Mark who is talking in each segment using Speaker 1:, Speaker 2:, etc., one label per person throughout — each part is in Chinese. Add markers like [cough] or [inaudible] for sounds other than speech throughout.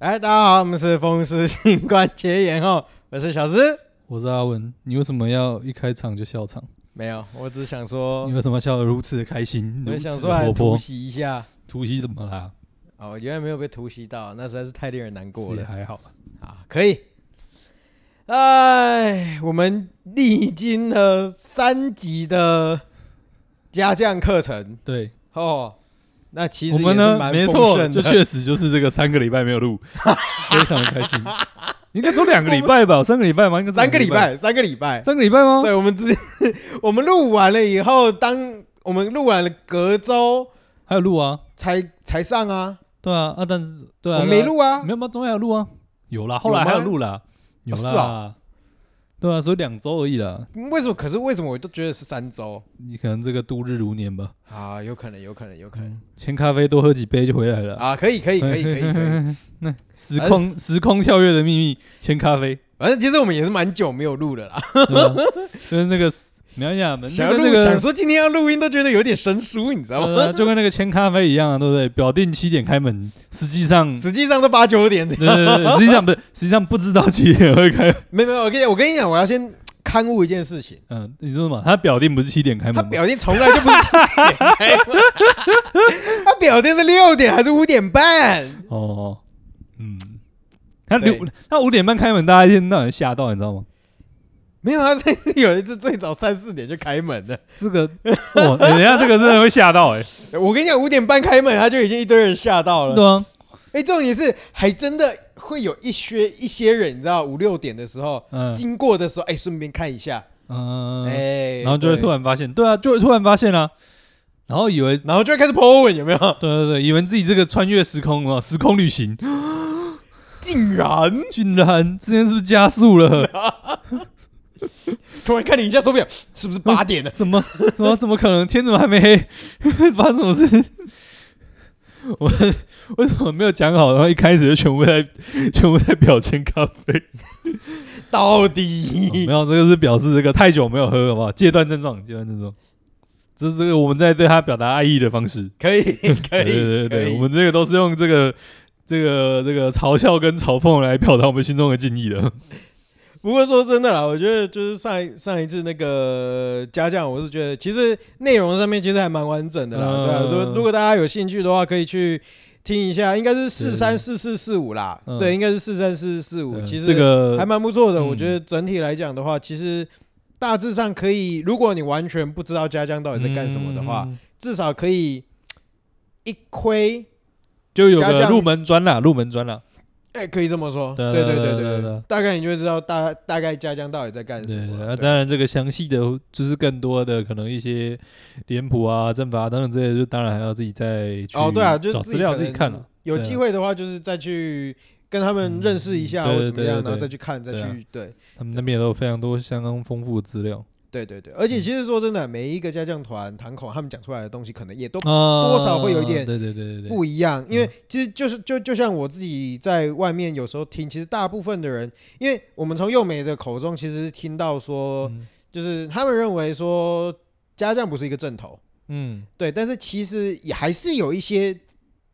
Speaker 1: 嗨，哎大家好，我们是风湿性关节炎哦， [laughs] 我是小诗。
Speaker 2: 我是阿文，你为什么要一开场就笑场？
Speaker 1: 没有，我只想说
Speaker 2: 你，为什么笑得如此的开心，
Speaker 1: 哦我
Speaker 2: 如此
Speaker 1: 想
Speaker 2: 的
Speaker 1: 说来
Speaker 2: 活
Speaker 1: 突
Speaker 2: 泼？
Speaker 1: 袭一下。
Speaker 2: 突袭怎么啦？
Speaker 1: 哦，原来没有被突袭到，那实在是太令人难过
Speaker 2: 是也
Speaker 1: 了。
Speaker 2: 还好啦，
Speaker 1: 啊，可以。哎，我们历经了三级的家将课程
Speaker 2: 对，
Speaker 1: 哦，那其
Speaker 2: 我
Speaker 1: 实也
Speaker 2: 们
Speaker 1: 是
Speaker 2: 呢，
Speaker 1: 蛮
Speaker 2: 没
Speaker 1: 丰
Speaker 2: 错，
Speaker 1: 盛
Speaker 2: 就
Speaker 1: 的。
Speaker 2: 确实就是这个三个礼拜没
Speaker 1: [laughs]
Speaker 2: 有录，非常的开心。应该走两个礼拜吧，三个礼拜吗？应该走
Speaker 1: 三个礼
Speaker 2: 两
Speaker 1: 拜，三个礼拜
Speaker 2: 个礼拜，，三个礼拜吗？
Speaker 1: 对，我们之 [laughs] 我们录完了以后，当我们录完了隔周
Speaker 2: 还有录啊，
Speaker 1: 才才上啊，
Speaker 2: 对啊，啊，但是对
Speaker 1: 我
Speaker 2: 啊，
Speaker 1: 们没
Speaker 2: 对啊，
Speaker 1: 录啊
Speaker 2: 没。有吗？中间还有录啊，有啦，后
Speaker 1: 有
Speaker 2: 来还有
Speaker 1: 吗哦
Speaker 2: 录啦，有
Speaker 1: 是
Speaker 2: 啦，对啊，所以两周而已啦。
Speaker 1: 为什么？可是为什么我就觉得是三周
Speaker 2: 你可能这个度日如年吧，
Speaker 1: 啊？有可能，有可能，有可能
Speaker 2: 嗯，先咖啡多喝几杯就回来了。
Speaker 1: 啊！可以，可以，可以，可以，可以。
Speaker 2: [laughs] 时空时空跳跃的秘密，先咖啡，
Speaker 1: 反正其实我们也是蛮久没有录了啦。
Speaker 2: 对 [laughs] 吧就是那个你要想，
Speaker 1: 想要
Speaker 2: 那
Speaker 1: 录，
Speaker 2: 个那
Speaker 1: 想
Speaker 2: 个
Speaker 1: 说今天要录音，都觉得有点生疏，你知道吗？
Speaker 2: 呃，就跟那个签咖啡一样啊，对不对？表定七点开门，实际 [laughs] 上，对
Speaker 1: 实际上都八九点这样。
Speaker 2: 对对，实际 [laughs] 上不是，实际上不知道几点会开。
Speaker 1: 没有没有，我跟你我跟你讲，我要先刊物一件事情。
Speaker 2: 嗯，你说什么？他表定不是七点开
Speaker 1: 他
Speaker 2: 门吗？
Speaker 1: 表弟从来就不是 [laughs] 七点开门，他表弟是六点还是五点半？
Speaker 2: 哦，嗯，他
Speaker 1: 对
Speaker 2: 六他五点半开门，大家一天到晚吓到，你知道吗？
Speaker 1: 没有，他最有一次最早三四点就开门了。
Speaker 2: 这个 [laughs] 哇，哎人家这个真的会吓到 [laughs] 哎，
Speaker 1: 我跟你讲，五点半开门，他就已经一堆人吓到了
Speaker 2: 对。 [laughs] 啊，
Speaker 1: 哎、重点是还真的会有一些一些人，你知道五六点的时候、
Speaker 2: 嗯
Speaker 1: 经过的时候，哎、顺便看一下，哎、
Speaker 2: 嗯，然后就会突
Speaker 1: 然，
Speaker 2: 然发现，对啊，就会突然发现啊，然后以为
Speaker 1: 然后就会开始 po 文，有没有？
Speaker 2: 对对对，以为自己这个穿越时空啊，时空旅行，
Speaker 1: 竟然
Speaker 2: 竟然之前是不是加速了？
Speaker 1: 突然看你一下手表，是不是八点了？
Speaker 2: 怎么怎么怎么可能？天怎么还没黑？ [laughs] 发生什么事？我为什么没有讲好？然后一开始就全部在全部在表情咖啡，
Speaker 1: 哦
Speaker 2: 嗯
Speaker 1: 到
Speaker 2: 哦 [laughs] 没
Speaker 1: 底、
Speaker 2: 有这个是表示这个太久没有喝，好不好？戒断症状，戒断症状，这是这个我们在对他表达爱意的方式。
Speaker 1: 可以可
Speaker 2: 对
Speaker 1: 以
Speaker 2: 嗯对对
Speaker 1: 可
Speaker 2: 对，
Speaker 1: 以
Speaker 2: 我，们这个都是用这个这个这个嘲笑跟嘲讽来表达我们心中的敬意的。
Speaker 1: 不过说真的啦，我觉得就是上一上一次那个家将，我是觉得其实内容上面其实还蛮完整的啦。
Speaker 2: 嗯
Speaker 1: 对啊，如如果大家有兴趣的话，可以去听一下，应该是四三四四四五啦。
Speaker 2: 嗯
Speaker 1: 对，应该是四三四四五，
Speaker 2: 对
Speaker 1: 其
Speaker 2: 这
Speaker 1: 实
Speaker 2: 个
Speaker 1: 还蛮不错的。
Speaker 2: 嗯
Speaker 1: 我觉得整体来讲的话，其实大致上可以，如果你完全不知道家将到底在干什么的话，
Speaker 2: 嗯
Speaker 1: 至少可以一窥。
Speaker 2: 就有
Speaker 1: 家
Speaker 2: 个
Speaker 1: 将
Speaker 2: 入门砖啦，入门砖啦。
Speaker 1: 哎，可以这么说，
Speaker 2: 对
Speaker 1: 对
Speaker 2: 对
Speaker 1: 对
Speaker 2: 对
Speaker 1: 对
Speaker 2: 对对
Speaker 1: 大概你就会知道大大概家将到底在干什
Speaker 2: 对，啊
Speaker 1: 么
Speaker 2: 那、
Speaker 1: 了。对
Speaker 2: 当然这个详细的就是更多的可能一些脸谱啊、阵法、啊、等等这些，就当然还要自己再去
Speaker 1: 哦，对啊，就是
Speaker 2: 找
Speaker 1: 自
Speaker 2: 资
Speaker 1: 己
Speaker 2: 料
Speaker 1: 可
Speaker 2: 自己
Speaker 1: 能
Speaker 2: 看了、
Speaker 1: 有
Speaker 2: 对啊
Speaker 1: 机会的话，就是再去跟他们认识一下，
Speaker 2: 嗯对
Speaker 1: 或怎么
Speaker 2: 对对
Speaker 1: 样，
Speaker 2: 对
Speaker 1: 然后再去看，再
Speaker 2: 对啊
Speaker 1: 去对
Speaker 2: 他们那边也都有非常多相当丰富的资料
Speaker 1: 对对对。而且其实说真的，每一个家将团堂口他们讲出来的东西，可能也都
Speaker 2: 啊，
Speaker 1: 多少会有一点
Speaker 2: 对对对对对，
Speaker 1: 不一样，因为
Speaker 2: 嗯
Speaker 1: 其实就是就就像我自己在外面有时候听，其实大部分的人，因为我们从幼美的口中其实听到说，
Speaker 2: 嗯
Speaker 1: 就是他们认为说家将不是一个正头，
Speaker 2: 嗯，
Speaker 1: 对，但是其实也还是有一些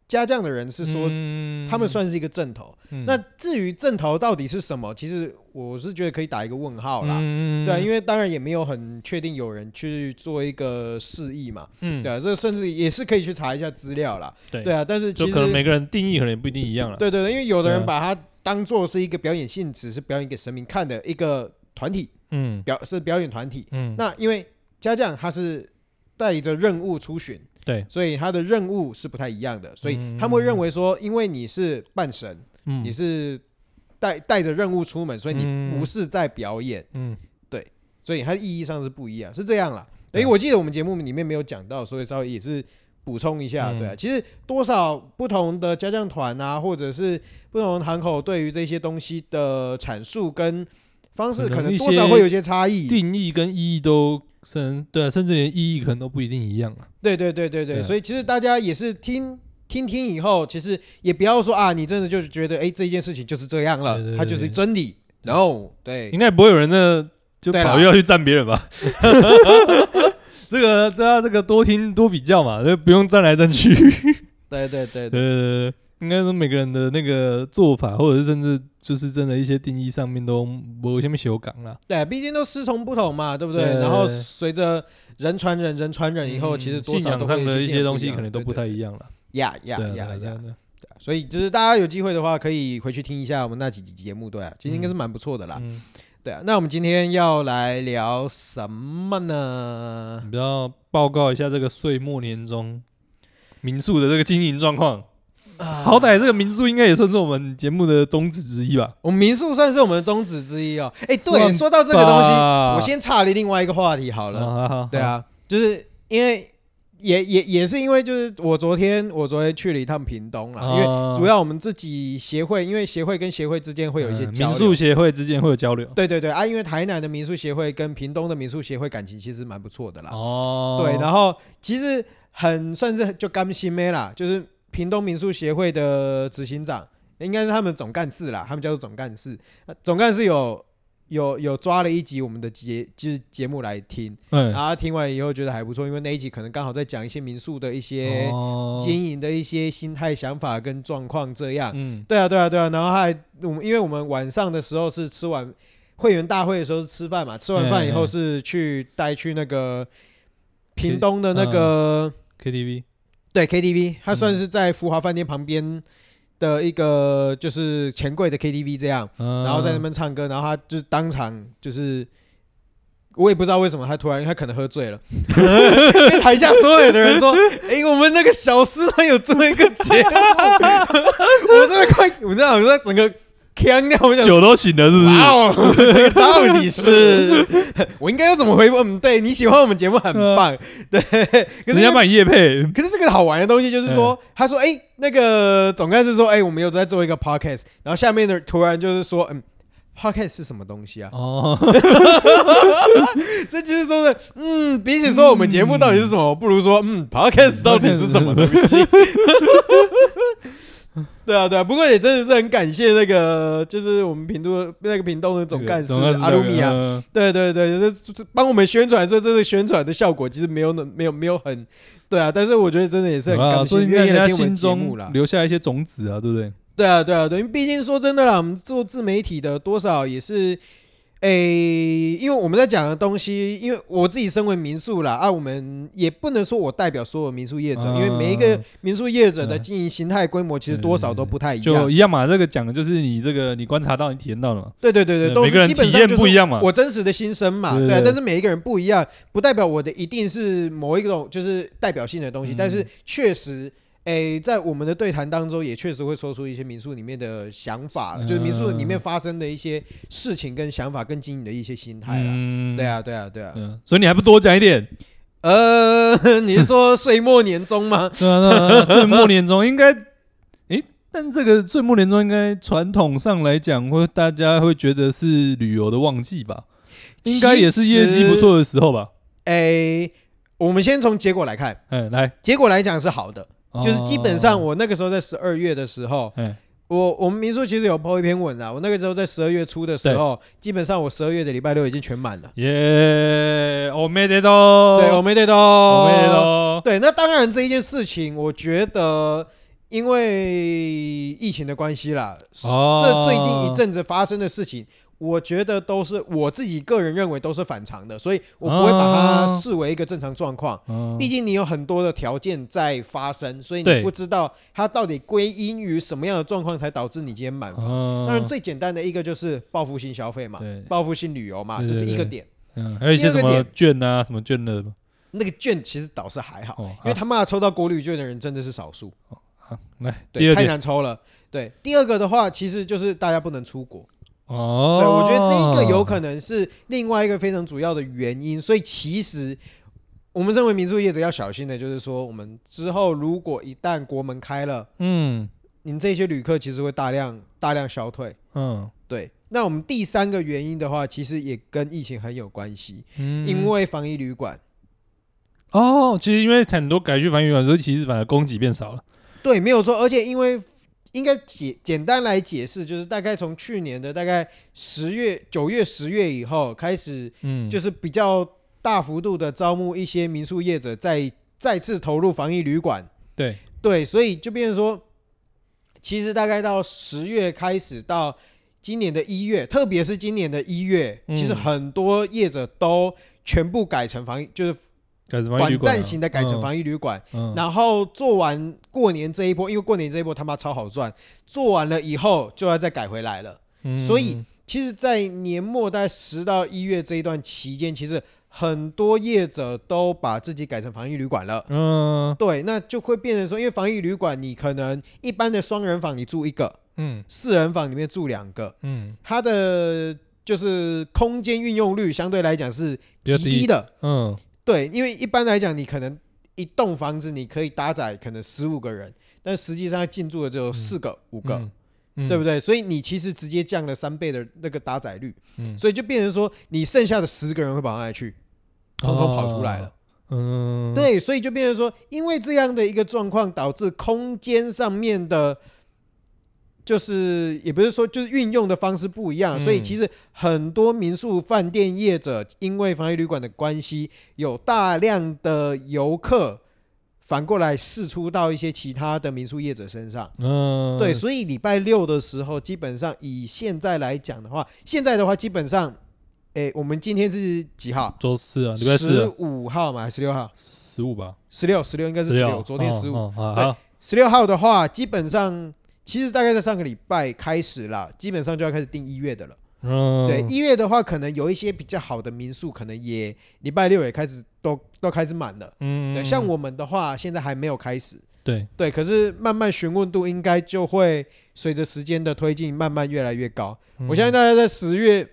Speaker 1: 家将的人是说
Speaker 2: 嗯
Speaker 1: 他们算是一个正头。
Speaker 2: 嗯
Speaker 1: 那至于正头到底是什么，其实我是觉得可以打一个问号啦。
Speaker 2: 嗯
Speaker 1: 对啊，因为当然也没有很确定有人去做一个示意嘛。
Speaker 2: 嗯
Speaker 1: 对啊，这甚至也是可以去查一下资料啦。
Speaker 2: 对
Speaker 1: 对啊，但是
Speaker 2: 就
Speaker 1: 其实
Speaker 2: 可能每个人定义可能也不一定一样了。
Speaker 1: 对对对，因为有的
Speaker 2: 对
Speaker 1: 人
Speaker 2: 啊
Speaker 1: 把它当做是一个表演性质，是表演给神明看的一个团体
Speaker 2: 嗯
Speaker 1: 表是表演团体。
Speaker 2: 嗯，
Speaker 1: 那因为家将他是带着任务出巡，
Speaker 2: 对，
Speaker 1: 所以他的任务是不太一样的，所以
Speaker 2: 嗯
Speaker 1: 他们会认为说，因为你是半神，
Speaker 2: 嗯
Speaker 1: 你是带带着任务出门，所以你
Speaker 2: 嗯
Speaker 1: 不是在表演，
Speaker 2: 嗯
Speaker 1: 所以它意义上是不一样，是这样啦。
Speaker 2: 对
Speaker 1: 诶，我记得我们节目里面没有讲到，所以稍微也是补充一下，
Speaker 2: 嗯
Speaker 1: 对啊。其实多少不同的家将团啊，或者是不同的堂口对于这些东西的阐述跟方式，
Speaker 2: 可能
Speaker 1: 可能
Speaker 2: 一
Speaker 1: 多
Speaker 2: 些
Speaker 1: 少会有一些差异。
Speaker 2: 定义跟意义都甚对啊，甚至连意义可能都不一定一样啊。
Speaker 1: 对对对对
Speaker 2: 对
Speaker 1: 对，
Speaker 2: 啊
Speaker 1: 所以其实大家也是听。听听以后，其实也不要说啊，你真的就是觉得，诶，这件事情就是这样了
Speaker 2: 对对，对
Speaker 1: 它就是
Speaker 2: 对
Speaker 1: 真理。然后，对，
Speaker 2: 应该不会有人呢就
Speaker 1: 对啦
Speaker 2: 跑又要去占别人
Speaker 1: [laughs]
Speaker 2: 吧？
Speaker 1: [laughs]
Speaker 2: 这个大家这个多听多比较嘛，这不用占来占去。
Speaker 1: 对对对
Speaker 2: 对对对对，应该说每个人的那个做法，或者是甚至就是真的一些定义上面都无什么修改啦。
Speaker 1: 对，毕竟都师从不同嘛，对不对？
Speaker 2: 对
Speaker 1: 然后随着人传人，人传人以后，
Speaker 2: 嗯
Speaker 1: 其实多
Speaker 2: 信
Speaker 1: 少
Speaker 2: 仰
Speaker 1: 都
Speaker 2: 上
Speaker 1: 会
Speaker 2: 的一些东西
Speaker 1: 不样
Speaker 2: 可能都不太一样了。
Speaker 1: 呀呀
Speaker 2: 对啊对
Speaker 1: 呀呀
Speaker 2: 啊对啊！对啊
Speaker 1: 对啊所以就是大家有机会的话，可以回去听一下我们那几集节目，对啊，今天应该是蛮不错的啦。
Speaker 2: 嗯，
Speaker 1: 对啊，那我们今天要来聊什么呢？
Speaker 2: 嗯比较报告一下这个岁末年终民宿的这个经营状况。
Speaker 1: 啊
Speaker 2: 好歹这个民宿应该也算是我们节目的宗旨之一吧。
Speaker 1: 我们民宿算是我们的宗旨之一哦。哎，对，
Speaker 2: 算
Speaker 1: 说到这个东西，
Speaker 2: 吧
Speaker 1: 我先岔离另外一个话题好了。
Speaker 2: 好好好
Speaker 1: 对，啊，就是因为也也也是因为就是我昨天我昨天去了一趟屏东啦，因为
Speaker 2: 为
Speaker 1: 主要我们自己协会，因为协会跟协会之间会有一些交
Speaker 2: 呃嗯民
Speaker 1: 流。
Speaker 2: 宿协会之间会有交流。
Speaker 1: 对对对啊，因为台南的民宿协会跟屏东的民宿协会感情其实蛮不错的啦。
Speaker 2: 哦，
Speaker 1: 对，然后其实很算是就甘心妹啦，就是屏东民宿协会的执行长，应该是他们总干事啦，他们叫做总干事。呃总干事有有有抓了一集我们的节就是节目来听，
Speaker 2: 嗯，
Speaker 1: 然后听完以后觉得还不错，因为那一集可能刚好在讲一些民宿的一些
Speaker 2: 哦
Speaker 1: 经营的一些心态、想法跟状况这样。
Speaker 2: 嗯
Speaker 1: 对啊，对啊，对啊。然后还我们因为我们晚上的时候是吃完会员大会的时候是吃饭嘛，吃完饭以后
Speaker 2: 嗯嗯
Speaker 1: 是去带去那个
Speaker 2: 以
Speaker 1: 屏东的那个
Speaker 2: KTV
Speaker 1: 对 KTV，它算
Speaker 2: 嗯
Speaker 1: 是在福华饭店旁边的一个就是钱柜的 KTV 这样。
Speaker 2: 嗯，
Speaker 1: 然后在那边唱歌，然后他就是当场就是，我也不知道为什么他突然他可能喝醉了，因为台下所有的人说：“哎、我们那个小师他有做一个节目，我真的快，我知道，我在整个腔掉，我想。”
Speaker 2: 嗯酒都醒了，是不是？
Speaker 1: 哇哦，这个到底是我应该要怎么回复？嗯，对你喜欢我们节目很棒，对。可
Speaker 2: 嗯人
Speaker 1: 是
Speaker 2: 家买夜配，
Speaker 1: [laughs] 可是这个好玩的东西就是说，
Speaker 2: 嗯
Speaker 1: 他说：“哎、那个总干事说，哎、我们有在做一个 podcast。”然后下面的突然就是说：“嗯，podcast 是什么东西啊
Speaker 2: 哦，？”
Speaker 1: 所以就是说的，嗯，比起说我们节目到底是什么，不如说，嗯，podcast 到底是什么东
Speaker 2: [laughs]
Speaker 1: 西？对啊，对啊。不过也真的是很感谢那个，就是我们屏东那个屏东的总干事啊
Speaker 2: 总干事
Speaker 1: 阿鲁米
Speaker 2: 亚，
Speaker 1: 亚，
Speaker 2: 嗯
Speaker 1: 对对对，就是就是帮我们宣传，说这个宣传的效果其实没有那没有没有很对啊，但是我觉得真的也是很
Speaker 2: 好啦
Speaker 1: 感
Speaker 2: 啊所
Speaker 1: 谢
Speaker 2: 以
Speaker 1: 愿
Speaker 2: 在
Speaker 1: 意来
Speaker 2: 人家
Speaker 1: 听我们
Speaker 2: 心
Speaker 1: 节目
Speaker 2: 中
Speaker 1: 啦。
Speaker 2: 留下一些种子啊，对不对？
Speaker 1: 对啊对啊对，因为毕竟说真的啦，我们做自媒体的多少也是。诶，因为我们在讲的东西，因为我自己身为民宿啦，啊，我们也不能说我代表所有民宿业者，因为每一个
Speaker 2: 嗯
Speaker 1: 民宿业者的
Speaker 2: 嗯
Speaker 1: 经营形态、规模其实多少都不太一
Speaker 2: 就
Speaker 1: 样。
Speaker 2: 一样嘛，这个讲的就是你这个你观察到，你体验到了嘛，
Speaker 1: 对对对对，
Speaker 2: 对
Speaker 1: 都
Speaker 2: 嗯每个
Speaker 1: 是
Speaker 2: 人
Speaker 1: 基本
Speaker 2: 体
Speaker 1: 上
Speaker 2: 验
Speaker 1: 就是
Speaker 2: 不一样嘛，
Speaker 1: 我真实的心声嘛，
Speaker 2: 对
Speaker 1: 对啊
Speaker 2: 对，对
Speaker 1: 但是每一个人不一样，不代表我的一定是某一种就是代表性的东西，
Speaker 2: 嗯
Speaker 1: 但是确实。诶，在我们的对谈当中，也确实会说出一些民宿里面的想法了，就是民宿里面
Speaker 2: 嗯
Speaker 1: 发生的一些事情、跟想法、跟经营的一些心态啦。
Speaker 2: 嗯
Speaker 1: 对，啊，对啊，对啊。
Speaker 2: 嗯，所以你还不多讲一点？
Speaker 1: 呃， [laughs] 你是说岁末年终吗？
Speaker 2: [laughs] 对啊，对啊，岁末年终应该，诶，但这个岁末年终应该传统上来讲，会大家会觉得是旅游的旺季吧？应该也是业绩不错的时候吧？
Speaker 1: 诶，我们先从结果来看，
Speaker 2: 哎，来，
Speaker 1: 结果来讲是好的，就是基本上
Speaker 2: 哦，
Speaker 1: 我那个时候在十二月的时候，
Speaker 2: 哎，
Speaker 1: 我我们民宿其实有 PO 一篇文啊，我那个时候在十二月初的时候，基本上我十二月的礼拜六已经全满了。
Speaker 2: 耶，
Speaker 1: 哦
Speaker 2: 我没得到，
Speaker 1: 对，我没得到，
Speaker 2: 哦我
Speaker 1: 我
Speaker 2: 没得到，
Speaker 1: 对，那当然这一件事情，我觉得因为疫情的关系啦，这
Speaker 2: 哦
Speaker 1: 最近一阵子发生的事情，我觉得都是我自己个人认为都是反常的，所以我不会把它
Speaker 2: 哦
Speaker 1: 视为一个正常状况。
Speaker 2: 嗯
Speaker 1: 毕竟你有很多的条件在发生，所以你
Speaker 2: 对
Speaker 1: 不知道它到底归因于什么样的状况才导致你今天满房。
Speaker 2: 嗯
Speaker 1: 当然，最简单的一个就是报复性消费嘛，
Speaker 2: 对，
Speaker 1: 报复性旅游嘛，
Speaker 2: 对
Speaker 1: 这是
Speaker 2: 对
Speaker 1: 一个
Speaker 2: 对
Speaker 1: 点。
Speaker 2: 嗯，还有一些
Speaker 1: 第二
Speaker 2: 什
Speaker 1: 个
Speaker 2: 么
Speaker 1: 点
Speaker 2: 券啊，什么券的，
Speaker 1: 那个券其实倒是还好，
Speaker 2: 哦，
Speaker 1: 因为他妈的抽到国旅券的人真的是少数，
Speaker 2: 好，好来，第
Speaker 1: 对，
Speaker 2: 二
Speaker 1: 太
Speaker 2: 点，
Speaker 1: 难抽了。对，第二个的话，其实就是大家不能出国。
Speaker 2: 哦，
Speaker 1: 对，我觉得这一个有可能是另外一个非常主要的原因。所以其实我们认为民宿业者要小心的，就是说我们之后如果一旦国门开了，
Speaker 2: 嗯
Speaker 1: 你们这些旅客其实会大量大量消退。
Speaker 2: 嗯
Speaker 1: 对，那我们第三个原因的话，其实也跟疫情很有关系，
Speaker 2: 嗯，
Speaker 1: 因为防疫旅馆。
Speaker 2: 哦，其实因为很多改去繁育馆，所以其实反而供给变少了。
Speaker 1: 对，没有错。而且因为应该解简单来解释，就是大概从去年的大概十月、九月、十月以后开始，
Speaker 2: 嗯，
Speaker 1: 就是比较大幅度的招募一些民宿业者再再次投入防疫旅馆。
Speaker 2: 对
Speaker 1: 对，所以就变成说。其实大概到十月开始到今年的一月，特别是今年的一月，
Speaker 2: 嗯
Speaker 1: 其实很多业者都全部改成防疫，就是
Speaker 2: 改成防疫
Speaker 1: 短
Speaker 2: 旅馆啊
Speaker 1: 暂型的改成防疫旅馆。
Speaker 2: 嗯，嗯
Speaker 1: 然后做完过年这一波，因为过年这一波他妈超好赚，做完了以后就要再改回来了。
Speaker 2: 嗯
Speaker 1: 所以其实，在年末大概十到一月这一段期间，其实很多业者都把自己改成防疫旅馆了。
Speaker 2: 嗯
Speaker 1: 对，那就会变成说，因为防疫旅馆，你可能一般的双人房你住一个，
Speaker 2: 嗯
Speaker 1: 四人房里面住两个，
Speaker 2: 嗯
Speaker 1: 它的就是空间运用率相对来讲是
Speaker 2: 比较
Speaker 1: 极
Speaker 2: 低
Speaker 1: 低的。
Speaker 2: 嗯
Speaker 1: 对，因为一般来讲，你可能一栋房子你可以搭载可能十五个人，但实际上进驻的只有四个、五个，
Speaker 2: 嗯嗯
Speaker 1: 对不对？所以你其实直接降了三倍的那个搭载率，
Speaker 2: 嗯
Speaker 1: 所以就变成说，你剩下的十个人会跑到哪里去？统统跑出
Speaker 2: 哦
Speaker 1: 来了。
Speaker 2: 嗯，
Speaker 1: 对，所以就变成说，因为这样的一个状况，导致空间上面的，就是也不是说就是运用的方式不一样，所以
Speaker 2: 嗯
Speaker 1: 其实很多民宿饭店业者因为防疫旅馆的关系，有大量的游客反过来释出到一些其他的民宿业者身上。
Speaker 2: 嗯，
Speaker 1: 对，所以礼拜六的时候，基本上以现在来讲的话，现在的话基本上，诶，我们今天是几号？
Speaker 2: 周四啊，礼拜四
Speaker 1: 十
Speaker 2: 啊，
Speaker 1: 五号嘛，还是十六号？
Speaker 2: 十五吧，
Speaker 1: 十六，十六应该是十六，
Speaker 2: 16
Speaker 1: 昨天
Speaker 2: 哦
Speaker 1: 十五、
Speaker 2: 哦好
Speaker 1: 对
Speaker 2: 好
Speaker 1: 十六号的话，基本上其实大概在上个礼拜开始啦，基本上就要开始订一月的了。
Speaker 2: 嗯，
Speaker 1: 对，一月的话，可能有一些比较好的民宿，可能也礼拜六也开始都都开始满了。
Speaker 2: 嗯，
Speaker 1: 对，像我们的话，现在还没有开始。
Speaker 2: 对，
Speaker 1: 对，可是慢慢询问度应该就会随着时间的推进，慢慢越来越高。
Speaker 2: 嗯
Speaker 1: 我相信大概在十月，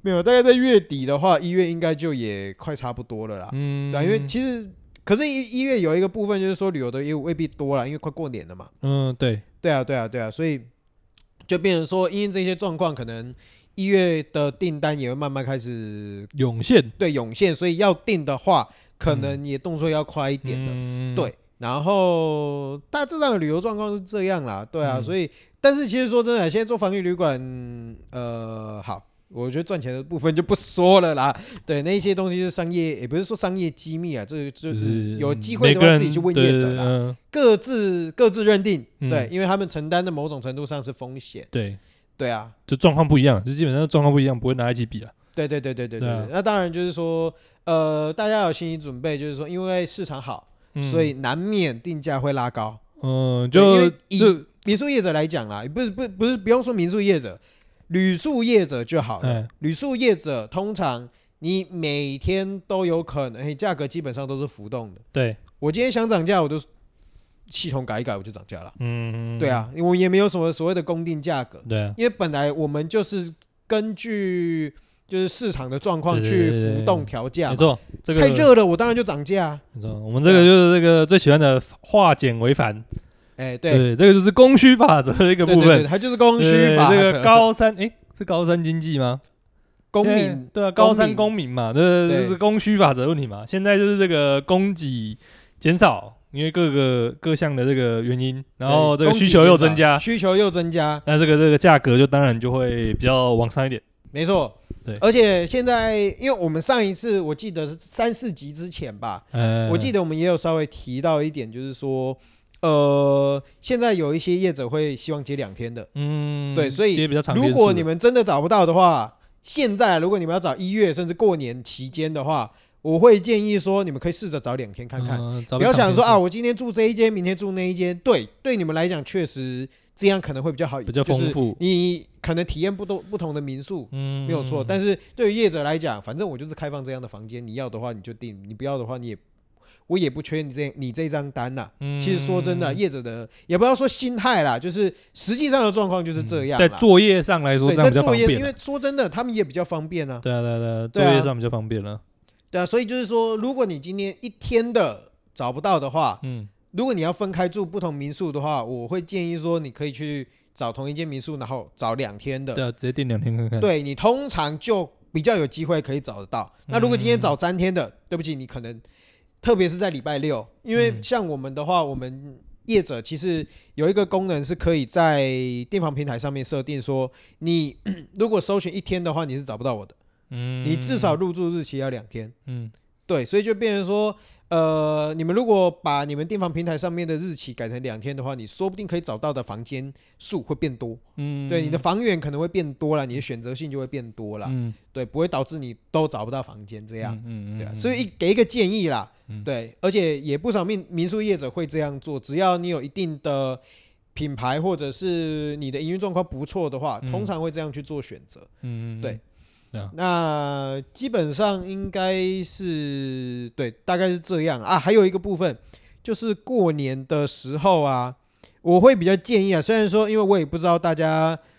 Speaker 1: 没有，大概在月底的话，一月应该就也快差不多了啦。
Speaker 2: 嗯，
Speaker 1: 对啊、因为其实可是一一月有一个部分就是说旅游的业务未必多了，因为快过年了嘛。
Speaker 2: 嗯对，
Speaker 1: 对啊，对啊，对啊，所以就变成说，因为这些状况，可能一月的订单也会慢慢开始
Speaker 2: 涌现
Speaker 1: 对涌现，所以要订的话，可能也动作要快一点的。
Speaker 2: 的，
Speaker 1: 对，然后大致上的旅游状况是这样啦，对啊，
Speaker 2: 嗯
Speaker 1: 所以但是其实说真的，现在做防疫旅馆，呃，好。我觉得赚钱的部分就不说了啦，对，那一些东西是商业，也不是说商业机密啊，这个就
Speaker 2: 就是是
Speaker 1: 有机会
Speaker 2: 每
Speaker 1: 的
Speaker 2: 个
Speaker 1: 话
Speaker 2: 人
Speaker 1: 自己去问业者
Speaker 2: 对
Speaker 1: 啦。
Speaker 2: 嗯
Speaker 1: 各自各自认定，
Speaker 2: 嗯
Speaker 1: 对，因为他们承担的某种程度上是风险，
Speaker 2: 对，
Speaker 1: 对啊，
Speaker 2: 呃就状况不一样，就基本上状况不一样，不会拿一起比了，啊
Speaker 1: 对对对对对对。
Speaker 2: 对啊
Speaker 1: 那当然就是说，呃，大家要有心理准备，就是说，因为市场好，
Speaker 2: 嗯
Speaker 1: 所以难免定价会拉高。
Speaker 2: 嗯，
Speaker 1: 对因
Speaker 2: 就
Speaker 1: 为以民宿业者来讲啦，不是不不是不用说民宿业者，旅宿业者就好了。
Speaker 2: 哎，
Speaker 1: 旅宿业者通常你每天都有可能，哎，价格基本上都是浮动的。
Speaker 2: 对，
Speaker 1: 我今天想涨价，我就系统改一改，我就涨价了。
Speaker 2: 嗯，
Speaker 1: 对，啊，我也没有什么所谓的公定价格。
Speaker 2: 对啊，
Speaker 1: 因为本来我们就是根据就是市场的状况
Speaker 2: 对
Speaker 1: 去
Speaker 2: 对对对
Speaker 1: 浮动调价
Speaker 2: 没
Speaker 1: 嘛，
Speaker 2: 错，这个
Speaker 1: 啊太热了，我当然就涨价啊。
Speaker 2: 没错，我们这个就是这个最喜欢的化简为繁，
Speaker 1: 哎，对，
Speaker 2: 对，这个就是供需法则的一个
Speaker 1: 对
Speaker 2: 部
Speaker 1: 对对，
Speaker 2: 分，
Speaker 1: 它就是供需
Speaker 2: 对
Speaker 1: 法则，
Speaker 2: 这个高三，诶，是高三经济吗？
Speaker 1: 公
Speaker 2: 现在
Speaker 1: 民
Speaker 2: 对啊，高三
Speaker 1: 公
Speaker 2: 公民嘛，这
Speaker 1: 对
Speaker 2: 就是供需法则问题嘛。现在就是这个供给减少，因为各个各项的这个原因，然后这
Speaker 1: 对
Speaker 2: 个
Speaker 1: 供给
Speaker 2: 需求又
Speaker 1: 减少
Speaker 2: 增加，
Speaker 1: 需求又增加，
Speaker 2: 那这个这个价格就当然就会比较往上一点。
Speaker 1: 没错。
Speaker 2: 对
Speaker 1: 而且现在，因为我们上一次我记得是三四集之前吧，
Speaker 2: 呃，
Speaker 1: 我记
Speaker 2: 得，
Speaker 1: 得我们也有稍微提到一点，就是说，呃，现在有一些业者会希望接两天的，
Speaker 2: 嗯，
Speaker 1: 对所以
Speaker 2: 接比较长天
Speaker 1: 如
Speaker 2: 数的。
Speaker 1: 果你们真的找不到的话，现在如果你们要找一月甚至过年期间的话，我会建议说你们可以试着找两天看看，
Speaker 2: 嗯，找
Speaker 1: 不
Speaker 2: 比
Speaker 1: 要
Speaker 2: 较长
Speaker 1: 想说
Speaker 2: 天
Speaker 1: 啊，
Speaker 2: 数，
Speaker 1: 我今天住这一间，明天住那一间。对，对你们来讲确实这样可能会比较好，
Speaker 2: 比较丰。富，
Speaker 1: 你可能体验不多不同的民宿。
Speaker 2: 嗯，
Speaker 1: 没有错，但是对于业者来讲，反正我就是开放这样的房间，你要的话你就订，你不要的话你也，我也不缺你这你这张单呐、
Speaker 2: 嗯
Speaker 1: 其实说真的，业者的也不要说心态啦，就是实际上的状况就是这样啦、
Speaker 2: 嗯在作业上来说，
Speaker 1: 对，
Speaker 2: 这
Speaker 1: 在
Speaker 2: 样比较方
Speaker 1: 作业，
Speaker 2: 便
Speaker 1: 因
Speaker 2: 啊。
Speaker 1: 为说真的，他们也比较方便啊。
Speaker 2: 对啊，对啊，对啊，
Speaker 1: 对
Speaker 2: 作
Speaker 1: 啊
Speaker 2: 业上比较方便了。
Speaker 1: 对啊，所以就是说，如果你今天一天的找不到的话，
Speaker 2: 嗯，
Speaker 1: 如果你要分开住不同民宿的话，我会建议说，你可以去找同一间民宿，然后找两天的。
Speaker 2: 对啊，直接订两天看看。
Speaker 1: 对你通常就比较有机会可以找得到。那如果今天
Speaker 2: 嗯
Speaker 1: 找三天的，对不起，你可能特别是在礼拜六，因为
Speaker 2: 嗯
Speaker 1: 像我们的话，我们业者其实有一个功能是可以在订房平台上面设定说，你 [clears throat] 如果搜寻一天的话，你是找不到我的，
Speaker 2: 嗯，
Speaker 1: 你至少入住日期要两天。
Speaker 2: 嗯，
Speaker 1: 对，所以就变成说，呃，你们如果把你们订房平台上面的日期改成两天的话，你说不定可以找到的房间数会变多。
Speaker 2: 嗯，
Speaker 1: 对，你的房源可能会变多了，你的选择性就会变多了。
Speaker 2: 嗯，
Speaker 1: 对，不会导致你都找不到房间这样。
Speaker 2: 嗯，嗯嗯，
Speaker 1: 对啊，
Speaker 2: 嗯
Speaker 1: 所以给一个建议啦
Speaker 2: 嗯，
Speaker 1: 对，而且也不少民民宿业者会这样做，只要你有一定的品牌或者是你的营运状况不错的话，
Speaker 2: 嗯
Speaker 1: 通常会这样去做选择。
Speaker 2: 嗯，嗯
Speaker 1: 对，
Speaker 2: 对啊
Speaker 1: 那基本上应该是对，大概是这样啊。还有一个部分就是过年的时候啊，我会比较建议啊，虽然说因为我也不知道大家。 [clears throat]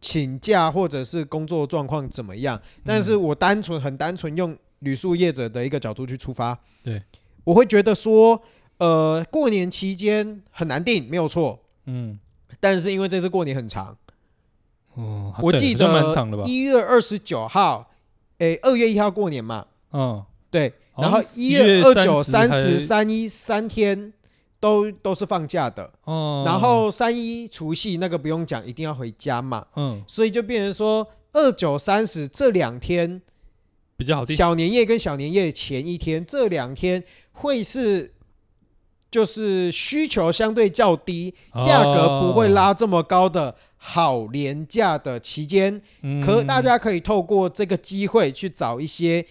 Speaker 1: 请假或者是工作状况怎么样，但是我单纯很单纯用旅宿业者的一个角度去出发，
Speaker 2: 对，
Speaker 1: 我会觉得说，呃，过年期间很难定，没有错，
Speaker 2: 嗯，
Speaker 1: 但是因为这次过年很长，
Speaker 2: 哦，
Speaker 1: 我
Speaker 2: 对
Speaker 1: 记
Speaker 2: 好像
Speaker 1: 得
Speaker 2: 蛮长的吧，
Speaker 1: 一月二十九号，诶，二月一号过年嘛，
Speaker 2: 嗯，
Speaker 1: 对，
Speaker 2: 好
Speaker 1: 然
Speaker 2: 像
Speaker 1: 后
Speaker 2: 是
Speaker 1: 一月二九、
Speaker 2: 30
Speaker 1: 三
Speaker 2: 还
Speaker 1: 十、三一三天都都是放假的，
Speaker 2: 哦，
Speaker 1: 然后三一除夕那个不用讲，一定要回家嘛，
Speaker 2: 嗯，
Speaker 1: 所以就变成说二九、三十这两天，
Speaker 2: 比较好定，
Speaker 1: 小年夜跟小年夜前一天这两天会是。就是需求相对较低，
Speaker 2: 哦
Speaker 1: 价格不会拉这么高的好廉价的期间，
Speaker 2: 哦，
Speaker 1: 可
Speaker 2: 嗯
Speaker 1: 大家可以透过这个机会去找一些，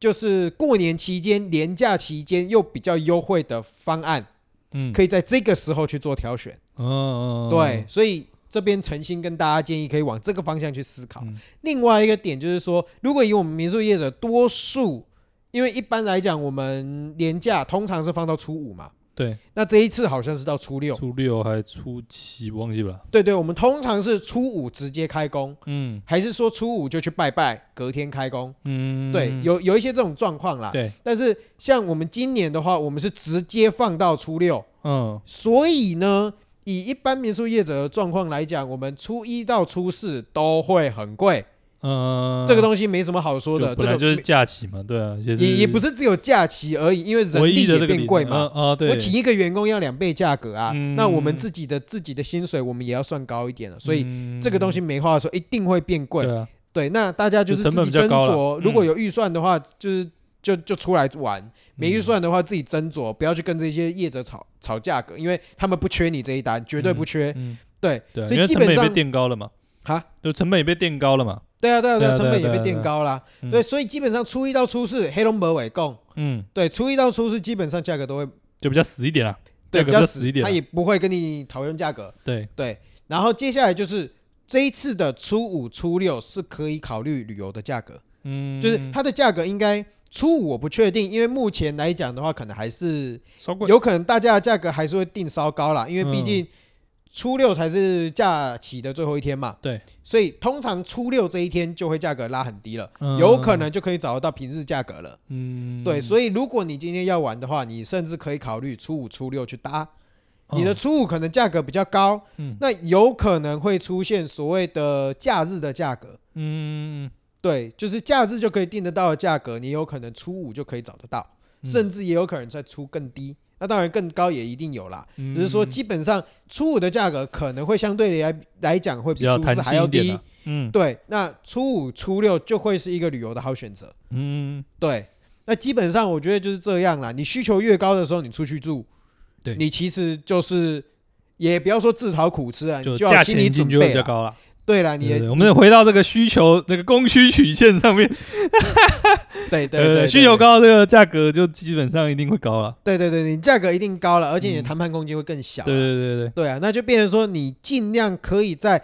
Speaker 1: 就是过年期间、年假期间又比较优惠的方案，
Speaker 2: 嗯，
Speaker 1: 可以在这个时候去做挑选。
Speaker 2: 嗯嗯，嗯
Speaker 1: 对，，所以这边诚心跟大家建议，可以往这个方向去思考
Speaker 2: 嗯。
Speaker 1: 另外一个点就是说，如果以我们民宿业者多数，因为一般来讲，我们年假通常是放到初五嘛，
Speaker 2: 对，
Speaker 1: 那这一次好像是到初六。
Speaker 2: 初六还初七忘记了，
Speaker 1: 对对，我们通常是初五直接开工，
Speaker 2: 嗯
Speaker 1: 还是说初五就去拜拜，隔天开工？
Speaker 2: 嗯，
Speaker 1: 对，有啊有一些这种状况啦。
Speaker 2: 对，
Speaker 1: 但是像我们今年的话，我们是直接放到初六，
Speaker 2: 嗯
Speaker 1: 所以呢，以一般民宿业者的状况来讲，我们初一到初四都会很贵，
Speaker 2: 嗯，
Speaker 1: 这个东西没什么好说的。
Speaker 2: 就本
Speaker 1: 这
Speaker 2: 来
Speaker 1: 个
Speaker 2: 就是
Speaker 1: 没
Speaker 2: 假期嘛，对啊，也
Speaker 1: 也也不
Speaker 2: 是
Speaker 1: 是只有假期而已，因为人
Speaker 2: 唯
Speaker 1: 力
Speaker 2: 一的
Speaker 1: 也
Speaker 2: 这个
Speaker 1: 变贵
Speaker 2: 理由
Speaker 1: 嘛。
Speaker 2: 嗯啊，对，
Speaker 1: 我请一个员工要两倍价格啊，
Speaker 2: 嗯
Speaker 1: 那我们自己的自己的薪水我们也要算高一点了，所以
Speaker 2: 以
Speaker 1: 这个东西没话说，一定会变贵。
Speaker 2: 嗯对啊，
Speaker 1: 对，那大家就是
Speaker 2: 就
Speaker 1: 自
Speaker 2: 成本
Speaker 1: 己
Speaker 2: 比较
Speaker 1: 斟
Speaker 2: 高啦
Speaker 1: 酌，
Speaker 2: 嗯
Speaker 1: 如果有预算的话，就是就就出来玩；没
Speaker 2: 嗯
Speaker 1: 预算的话，自己斟酌，不要去跟这些业者吵吵价格，因为他们不缺你这一单，绝对不缺。
Speaker 2: 嗯，
Speaker 1: 对，
Speaker 2: 对啊，
Speaker 1: 所
Speaker 2: 因
Speaker 1: 以
Speaker 2: 为
Speaker 1: 基
Speaker 2: 成本
Speaker 1: 本
Speaker 2: 也被
Speaker 1: 上
Speaker 2: 垫高了嘛，
Speaker 1: 啊，
Speaker 2: 就成本也被垫高了嘛，
Speaker 1: 对啊，对啊，对
Speaker 2: 对
Speaker 1: 啊，
Speaker 2: 啊
Speaker 1: 成本也
Speaker 2: 对啊
Speaker 1: 被
Speaker 2: 对啊
Speaker 1: 垫高啦。
Speaker 2: 嗯
Speaker 1: 对，所以基本上初一到初四，黑龙北尾供，
Speaker 2: 嗯，
Speaker 1: 对，初一到初四基本上价格都会
Speaker 2: 就比较死一点啊，
Speaker 1: 对
Speaker 2: 价格
Speaker 1: 较
Speaker 2: 比较
Speaker 1: 死
Speaker 2: 死一点
Speaker 1: 他
Speaker 2: 啊
Speaker 1: 也不会跟你讨论价格。
Speaker 2: 对，
Speaker 1: 对，然后接下来就是这一次的初五、初六是可以考虑旅游的价格。
Speaker 2: 嗯，
Speaker 1: 就是它的价格应该初五我不确定，因为目前来讲的话，可能还是
Speaker 2: 稍贵，
Speaker 1: 有可能大家的价格还是会定稍高啦，因为毕
Speaker 2: 嗯
Speaker 1: 竟初六才是假期的最后一天嘛，
Speaker 2: 对，
Speaker 1: 所以通常初六这一天就会价格拉很低了，
Speaker 2: 嗯
Speaker 1: 有可能就可以找得到平日价格了。
Speaker 2: 嗯，
Speaker 1: 对，所以如果你今天要玩的话，你甚至可以考虑初五、初六去搭。你的
Speaker 2: 哦
Speaker 1: 初五可能价格比较高，
Speaker 2: 嗯
Speaker 1: 那有可能会出现所谓的假日的价格。
Speaker 2: 嗯，
Speaker 1: 对，就是假日就可以订得到的价格，你有可能初五就可以找得到，
Speaker 2: 嗯
Speaker 1: 甚至也有可能再出更低。那当然更高也一定有啦，
Speaker 2: 只
Speaker 1: 只是说基本上初五的价格可能会相对来来讲会
Speaker 2: 比
Speaker 1: 比
Speaker 2: 较
Speaker 1: 初
Speaker 2: 弹
Speaker 1: 四还
Speaker 2: 性
Speaker 1: 要
Speaker 2: 一点
Speaker 1: 低
Speaker 2: 啊。嗯
Speaker 1: 对，那初五、初六就会是一个旅游的好选择。
Speaker 2: 嗯，
Speaker 1: 对，那基本上我觉得就是这样啦。你需求越高的时候，你出去住，
Speaker 2: 对
Speaker 1: 你其实就是也不要说自讨苦吃啊，你
Speaker 2: 就
Speaker 1: 要有
Speaker 2: 价
Speaker 1: 心
Speaker 2: 钱
Speaker 1: 理
Speaker 2: 已
Speaker 1: 准
Speaker 2: 经就会
Speaker 1: 备
Speaker 2: 比较
Speaker 1: 啦。
Speaker 2: 高了。
Speaker 1: 对啦，你
Speaker 2: 对
Speaker 1: 也
Speaker 2: 对，我们回到这个需求那个供需曲线上面，
Speaker 1: 对对对，
Speaker 2: 对
Speaker 1: 对
Speaker 2: 呃需求。高，这个价格就基本上一定会高了。
Speaker 1: 对对对，你价格一定高了，而且你的
Speaker 2: 嗯
Speaker 1: 谈判空间会更小啊、
Speaker 2: 对对对对，
Speaker 1: 对啊，那就变成说你尽量可以在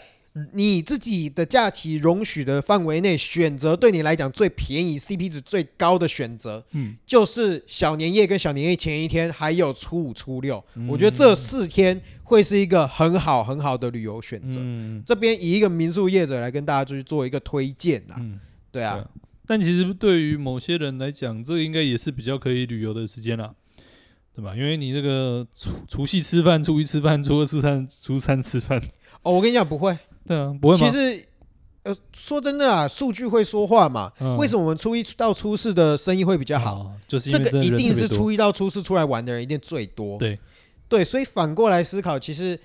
Speaker 1: 你自己的假期容许的范围内选择对你来讲最便宜、CP 值最高的选择，
Speaker 2: 嗯，
Speaker 1: 就是小年夜跟小年夜前一天，还有初五、初六，我觉得
Speaker 2: 嗯
Speaker 1: 这四天会是一个很好很好的旅游选择。
Speaker 2: 嗯
Speaker 1: 这边以一个民宿业者来跟大家去做一个推荐啊，
Speaker 2: 嗯，
Speaker 1: 对
Speaker 2: 对
Speaker 1: 啊
Speaker 2: 啊，但其实对于某些人来讲，这个应该也是比较可以旅游的时间啦，对吧？因为你这个除除夕吃饭，初一吃饭，初二吃饭，初三吃饭，
Speaker 1: 哦，我跟你讲不会，
Speaker 2: 对啊，不会吗？
Speaker 1: 其实呃，说真的啦，数据会说话嘛。
Speaker 2: 嗯
Speaker 1: 为什么我们初一到初四的生意会比较好？
Speaker 2: 哦，就是因
Speaker 1: 这
Speaker 2: 为
Speaker 1: 个
Speaker 2: 真的
Speaker 1: 一
Speaker 2: 人
Speaker 1: 定
Speaker 2: 特别
Speaker 1: 是
Speaker 2: 多
Speaker 1: 初一到初四出来玩的人一定最多。
Speaker 2: 对
Speaker 1: 对，所以反过来思考，其实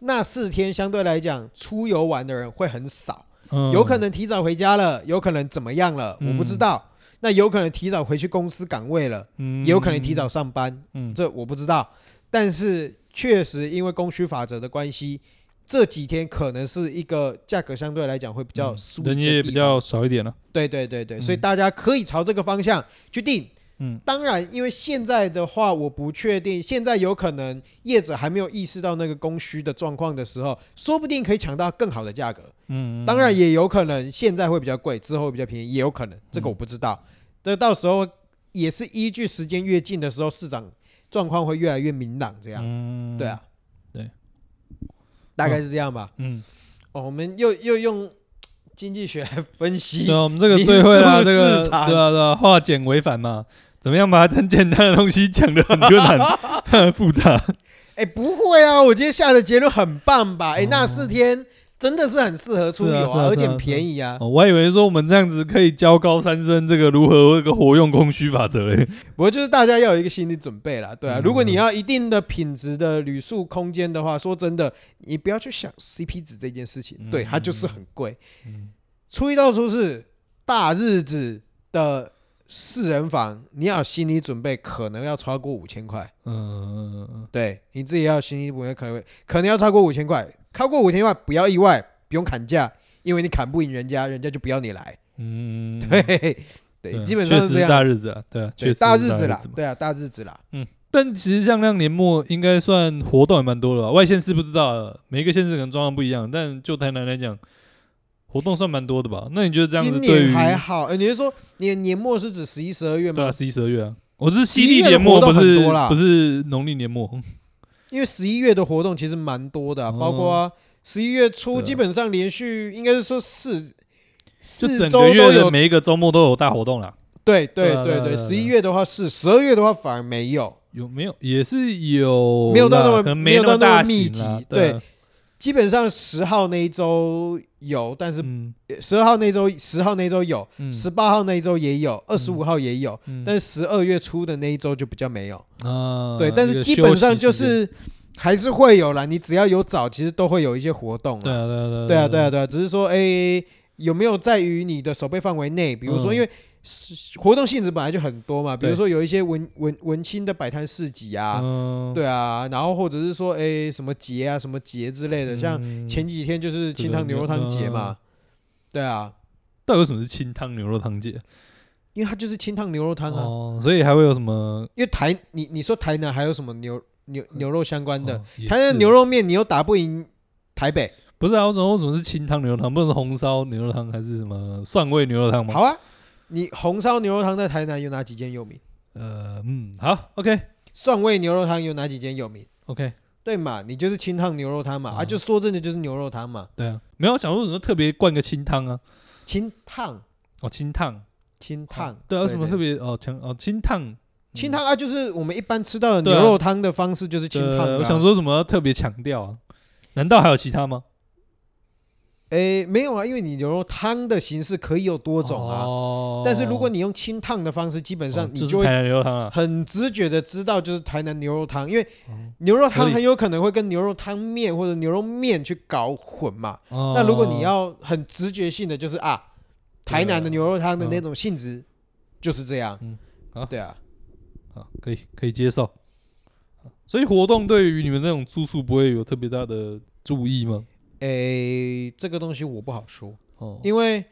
Speaker 1: 那四天相对来讲，出游玩的人会很少，有可能提早回家了，有可能怎么样了，我不知
Speaker 2: 嗯
Speaker 1: 道。那有可能提早回去公司岗位了，
Speaker 2: 嗯
Speaker 1: 也有可能提，早上班，
Speaker 2: 嗯，
Speaker 1: 这我不知道。但是确实因为供需法则的关系，这几天可能是一个价格相对来讲会比较
Speaker 2: 嗯
Speaker 1: 舒，
Speaker 2: 人也比较少一点了，
Speaker 1: 对对对对，
Speaker 2: 嗯
Speaker 1: 所以大家可以朝这个方向去定。
Speaker 2: 嗯，
Speaker 1: 当然，因为现在的话，我不确定，现在有可能业者还没有意识到那个供需的状况的时候，说不定可以抢到更好的价格。
Speaker 2: 嗯，
Speaker 1: 当然，也有可能现在会比较贵，之后会比较便宜，也有可能，这个我不知道。这到时候也是依据时间越近的时候，市场状况会越来越明朗，这样。
Speaker 2: 嗯，
Speaker 1: 对，啊，
Speaker 2: 对，
Speaker 1: 大概是这样吧。
Speaker 2: 嗯，
Speaker 1: 哦，我们又又用经济学来分析
Speaker 2: 对啊，我们这个最会啊，
Speaker 1: 民俗
Speaker 2: 这个
Speaker 1: 市
Speaker 2: 对
Speaker 1: 场
Speaker 2: 啊对啊，化简为繁嘛，怎么样把很简单的东西讲的很困难、很 [laughs] 复杂？
Speaker 1: 哎、不会啊，我今天下的结论很棒吧？哎、那四天真的是很适合出游
Speaker 2: 哦是啊是啊
Speaker 1: 而且
Speaker 2: 是啊
Speaker 1: 很便宜啊。
Speaker 2: 哦我还以为说我们这样子可以教高三生这个如何这个活用供需法则嘞，
Speaker 1: 不过就是大家要有一个心理准备啦，对啊。
Speaker 2: 嗯
Speaker 1: 如果你要一定的品质的旅宿空间的话，说真的，你不要去想 CP 值这件事情，
Speaker 2: 嗯
Speaker 1: 对，它就是很贵。
Speaker 2: 嗯
Speaker 1: 初一到初四大日子的四人房，你要有心理准备，可能要超过五千块。
Speaker 2: 嗯嗯
Speaker 1: 对，你自己要有心理准备，可能会可能要超过五千块，超过五千块不要意外，不用砍价，因为你砍不赢人家，人家就不要你来。
Speaker 2: 嗯，嗯
Speaker 1: 对，对，
Speaker 2: 啊
Speaker 1: 基本上
Speaker 2: 确
Speaker 1: 是
Speaker 2: 实
Speaker 1: 这样。
Speaker 2: 大日子啊，对啊，确
Speaker 1: 对，
Speaker 2: 实是
Speaker 1: 大
Speaker 2: 大
Speaker 1: 日子啦
Speaker 2: 嘛，
Speaker 1: 对啊，大日子啦。
Speaker 2: 但其实像亮年末应该算活动也蛮多的吧，外县市不知道了，每一个县市可能状况不一样，但就台南来讲，活动算蛮多的吧？那你觉得这样子
Speaker 1: 今
Speaker 2: 对
Speaker 1: 年
Speaker 2: 于
Speaker 1: 还好，呃，你是说年年末是指十一、十二月
Speaker 2: 对
Speaker 1: 吗
Speaker 2: 啊，？十一、十二月啊，我是西
Speaker 1: 11
Speaker 2: 历
Speaker 1: 嗯月的
Speaker 2: 年末，
Speaker 1: 活
Speaker 2: 不
Speaker 1: 动
Speaker 2: 是
Speaker 1: 很多啦
Speaker 2: 不是农历年末，
Speaker 1: 因为十一月的活动其实蛮多的啊、
Speaker 2: 哦
Speaker 1: 包括十一月
Speaker 2: 对
Speaker 1: 初
Speaker 2: 啊
Speaker 1: 基本上连续应该是说四
Speaker 2: 就
Speaker 1: 四
Speaker 2: 整
Speaker 1: 周
Speaker 2: 个
Speaker 1: 都
Speaker 2: 月的
Speaker 1: 有。
Speaker 2: 每一个周末都有大活动啦。
Speaker 1: 对对
Speaker 2: 对啊对
Speaker 1: 对
Speaker 2: 啊对
Speaker 1: 对，
Speaker 2: 啊
Speaker 1: 十一月的话是，十二月的话反而没有。
Speaker 2: 有没有也是有啦，
Speaker 1: 没有到那么
Speaker 2: 可能
Speaker 1: 没有
Speaker 2: 那么
Speaker 1: 到那么
Speaker 2: 大
Speaker 1: 密
Speaker 2: 型啦
Speaker 1: 集
Speaker 2: 对啊，
Speaker 1: 基本上十号那一周有，但是
Speaker 2: 嗯
Speaker 1: 十二号那一周十号那一周有，
Speaker 2: 嗯
Speaker 1: 十八号那一周也有，二十五号也有，
Speaker 2: 嗯
Speaker 1: 但是十二月初的那一周就比较没有。
Speaker 2: 啊，
Speaker 1: 对，但
Speaker 2: 一
Speaker 1: 是
Speaker 2: 个
Speaker 1: 基
Speaker 2: 休
Speaker 1: 本
Speaker 2: 息
Speaker 1: 上就
Speaker 2: 时间
Speaker 1: 是还是会有啦，你只要有找，其实都会有一些活动
Speaker 2: 对
Speaker 1: 啦。
Speaker 2: 啊，对啊，
Speaker 1: 对啊，
Speaker 2: 对
Speaker 1: 对啊，，对啊，只是说，哎，有没有在于你的手背范围内？比如说，
Speaker 2: 嗯
Speaker 1: 因为是活动性质本来就很多嘛，比如
Speaker 2: 对
Speaker 1: 说有一些文文文青的摆摊市集啊，
Speaker 2: 嗯，
Speaker 1: 对啊，然后或者是说，哎，什么节啊，什么节之类的，像
Speaker 2: 嗯
Speaker 1: 前几天就是清汤牛肉汤节嘛，对啊，
Speaker 2: 到底为什么是清汤牛肉汤节？
Speaker 1: 因为它就是清汤牛肉汤啊，
Speaker 2: 哦，所以还会有什么
Speaker 1: 因为台你你说台南还有什么牛牛牛肉相关的？
Speaker 2: 哦也
Speaker 1: 台南
Speaker 2: 是
Speaker 1: 牛肉面你又打不赢台北，
Speaker 2: 不是啊？为什么为什么是清汤牛肉汤？不是红烧牛肉汤还是什么蒜味牛肉汤吗？
Speaker 1: 好啊，你红烧牛肉汤在台南有哪几间有名？
Speaker 2: 呃，嗯，好，OK
Speaker 1: 蒜味牛肉汤有哪几间有名？
Speaker 2: OK，
Speaker 1: 对嘛，你就是清汤牛肉汤嘛，啊，
Speaker 2: 嗯
Speaker 1: 就说真的就是牛肉汤嘛，
Speaker 2: 对啊，没有想说为什么特别灌个清汤啊？
Speaker 1: 清烫
Speaker 2: 哦，清汤，
Speaker 1: 清烫
Speaker 2: 哦，对啊，为什么特
Speaker 1: 别
Speaker 2: 别哦清哦清汤嗯
Speaker 1: 清汤啊？就是我们一般吃到的
Speaker 2: 对啊
Speaker 1: 牛肉汤的方式就是清
Speaker 2: 对
Speaker 1: 烫的啊。
Speaker 2: 我想说什么要特别强调啊？难道还有其他吗？
Speaker 1: 诶，没有啊，因为你牛肉汤的形式可以有多种啊，
Speaker 2: 哦
Speaker 1: 但是如果你用清烫的方式，基本
Speaker 2: 哦
Speaker 1: 上你
Speaker 2: 就是
Speaker 1: 会
Speaker 2: 台南牛肉汤啊，
Speaker 1: 很直觉的知道就是台南牛肉汤，因为
Speaker 2: 哦
Speaker 1: 牛肉
Speaker 2: 合
Speaker 1: 汤
Speaker 2: 理
Speaker 1: 很有可能会跟牛肉汤面或者牛肉面去搞混嘛。
Speaker 2: 哦
Speaker 1: [laughs] 那如果你要很直觉性的，就是啊，台南的牛肉汤的那种性质就是这样
Speaker 2: 嗯好。
Speaker 1: 对啊，
Speaker 2: 啊，可以可以接受。所以活动对于你们那种住宿不会有特别大的注意吗？
Speaker 1: 诶，这个东西我不好说，
Speaker 2: 哦，
Speaker 1: 因为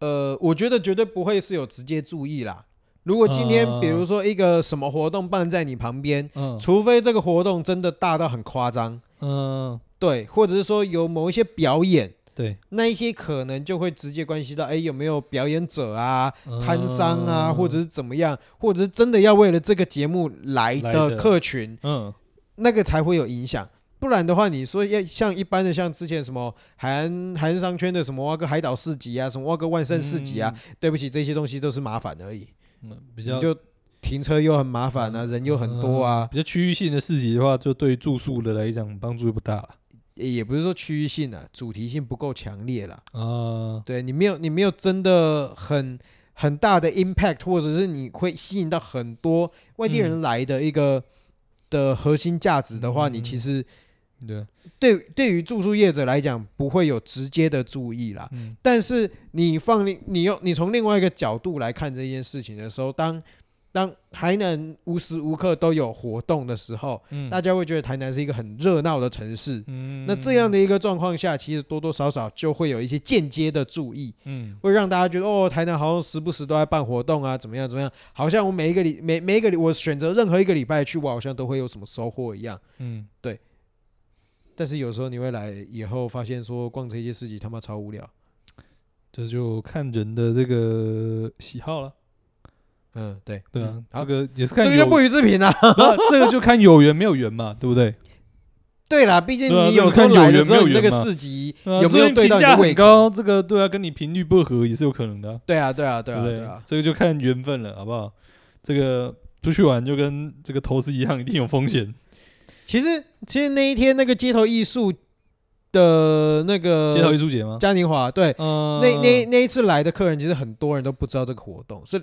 Speaker 1: 呃，我觉得绝对不会是有直接注意啦。如果今天
Speaker 2: 啊
Speaker 1: 比如说一个什么活动办在你旁边，
Speaker 2: 嗯
Speaker 1: 除非这个活动真的大到很夸张，
Speaker 2: 嗯，
Speaker 1: 对，或者是说有某一些表演。
Speaker 2: 对，
Speaker 1: 那一些可能就会直接关系到，哎，有没有表演者啊、摊商啊，
Speaker 2: 嗯
Speaker 1: 或者是怎么样，或者是真的要为了这个节目来
Speaker 2: 来
Speaker 1: 的
Speaker 2: 的
Speaker 1: 客群，
Speaker 2: 嗯
Speaker 1: 那个才会有影响。不然的话，你说要像一般的，像之前什么韩韩商圈的什么挖个海岛市集啊，什么挖个万圣市集啊，对不起，这些东西都是麻烦而已。
Speaker 2: 嗯，比
Speaker 1: 你
Speaker 2: 较
Speaker 1: 就停车又很麻烦啊，人又很多啊，
Speaker 2: 比较区域性的市集的话，就对住宿的来讲帮助就不大了
Speaker 1: 也也不是说区域性啊，主题性不够强烈啦。
Speaker 2: 啊。
Speaker 1: 对你没有你没有真的很很大的 impact，或者是你会吸引到很多外地人来的一个、的核心价值的话，
Speaker 2: 嗯
Speaker 1: 你其实
Speaker 2: 对，
Speaker 1: 对对于住宿业者来讲不会有直接的注意啦。
Speaker 2: 嗯
Speaker 1: 但是你放另你用你从另外一个角度来看这件事情的时候，当当台南无时无刻都有活动的时候，
Speaker 2: 嗯
Speaker 1: 大家会觉得台南是一个很热闹的城市。
Speaker 2: 嗯
Speaker 1: 那这样的一个状况下，其实多多少少就会有一些间接的注意，
Speaker 2: 嗯
Speaker 1: 会让大家觉得哦，台南好像时不时都在办活动啊，怎么样怎么样，好像我每一个礼每每一个礼我选择任何一个礼拜去，我好像都会有什么收获一样。
Speaker 2: 嗯，
Speaker 1: 但是有时候你会来以后发现说逛这些市集他妈超无聊，
Speaker 2: 这就看人的这个喜好了。
Speaker 1: 嗯，对
Speaker 2: 对啊，
Speaker 1: 好
Speaker 2: 这个也是看
Speaker 1: 这
Speaker 2: 有
Speaker 1: 个就
Speaker 2: [laughs]
Speaker 1: 不予置评啊。 [laughs]
Speaker 2: 不是这个就看有缘没有缘嘛，对不对？
Speaker 1: 对啦，毕竟
Speaker 2: 对啊
Speaker 1: 你
Speaker 2: 这个
Speaker 1: 有时候
Speaker 2: 看有
Speaker 1: 来的
Speaker 2: 缘
Speaker 1: 时候，
Speaker 2: 没
Speaker 1: 你
Speaker 2: 有
Speaker 1: 那个
Speaker 2: 缘嘛
Speaker 1: 市集
Speaker 2: 啊
Speaker 1: 有没有
Speaker 2: 最近
Speaker 1: 对到
Speaker 2: 评
Speaker 1: 你
Speaker 2: 价
Speaker 1: 的胃
Speaker 2: 很
Speaker 1: 口？
Speaker 2: 高？这个对啊，跟你频率不合也是有可能的啊、
Speaker 1: 对啊，对啊，对
Speaker 2: 对
Speaker 1: 啊，
Speaker 2: 不
Speaker 1: 对啊，
Speaker 2: 这个就看缘分了，好不好？这个出去玩就跟这个投资一样，一定有风险。
Speaker 1: 其实其实那一天那个街头艺术的那
Speaker 2: 街头艺
Speaker 1: 个
Speaker 2: 术节吗？
Speaker 1: 嘉年华，对，呃
Speaker 2: 嗯，
Speaker 1: 那那那一次来的客人，其实很多人都不知道这个活动是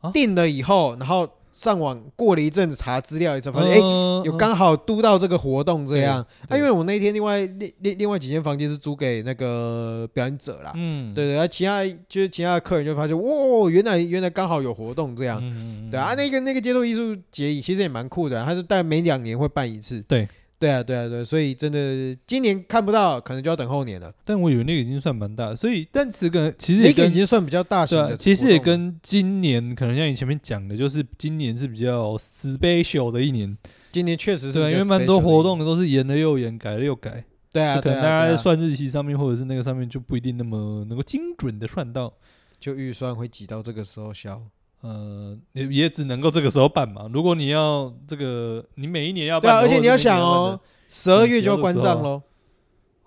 Speaker 2: 啊
Speaker 1: 定了以后，然后上网过了一阵子查资料，才发现哎、
Speaker 2: 哎
Speaker 1: 有刚好督到这个活动这样。啊，
Speaker 2: 对
Speaker 1: 因为我那天另外另另另外几间房间是租给那个表演者啦，
Speaker 2: 嗯，
Speaker 1: 对对，啊，其他就是其他的客人就发现，哇，原来原来刚好有活动这样。
Speaker 2: 嗯，嗯
Speaker 1: 对啊，那个那个街头艺术节其实也蛮酷的啊，它是但每两年会办一次。
Speaker 2: 对，
Speaker 1: 对啊，对啊，对啊，所以真的今年看不到，可能就要等后年了。
Speaker 2: 但我以为那个已经算蛮大的，所以但其实跟其实也
Speaker 1: 那个
Speaker 2: 跟
Speaker 1: 已经算比较大型
Speaker 2: 对、
Speaker 1: 的活
Speaker 2: 啊，
Speaker 1: 动了，
Speaker 2: 其实也跟今年可能像你前面讲的，就是今年是比较 special 的一年，
Speaker 1: 今年确实是
Speaker 2: 对吧、
Speaker 1: 比
Speaker 2: 因
Speaker 1: 较
Speaker 2: 为蛮多
Speaker 1: special
Speaker 2: 活动都是延了又延，改了又改，
Speaker 1: 的一年，对啊，
Speaker 2: 就可
Speaker 1: 对
Speaker 2: 能
Speaker 1: 啊，
Speaker 2: 大家
Speaker 1: 对
Speaker 2: 在
Speaker 1: 啊
Speaker 2: 算日期上面或者是那个上面就不一定那么呃能够精准的算到，
Speaker 1: 就预算会挤到这个时候消。
Speaker 2: 呃，也也只能够这个时候办嘛。如果你要这个，你每一年要
Speaker 1: 对
Speaker 2: 办
Speaker 1: 啊，
Speaker 2: 的，
Speaker 1: 而且
Speaker 2: 或者
Speaker 1: 你要
Speaker 2: 是每
Speaker 1: 想
Speaker 2: 年办
Speaker 1: 哦
Speaker 2: 的，，
Speaker 1: 十二月就要关账喽。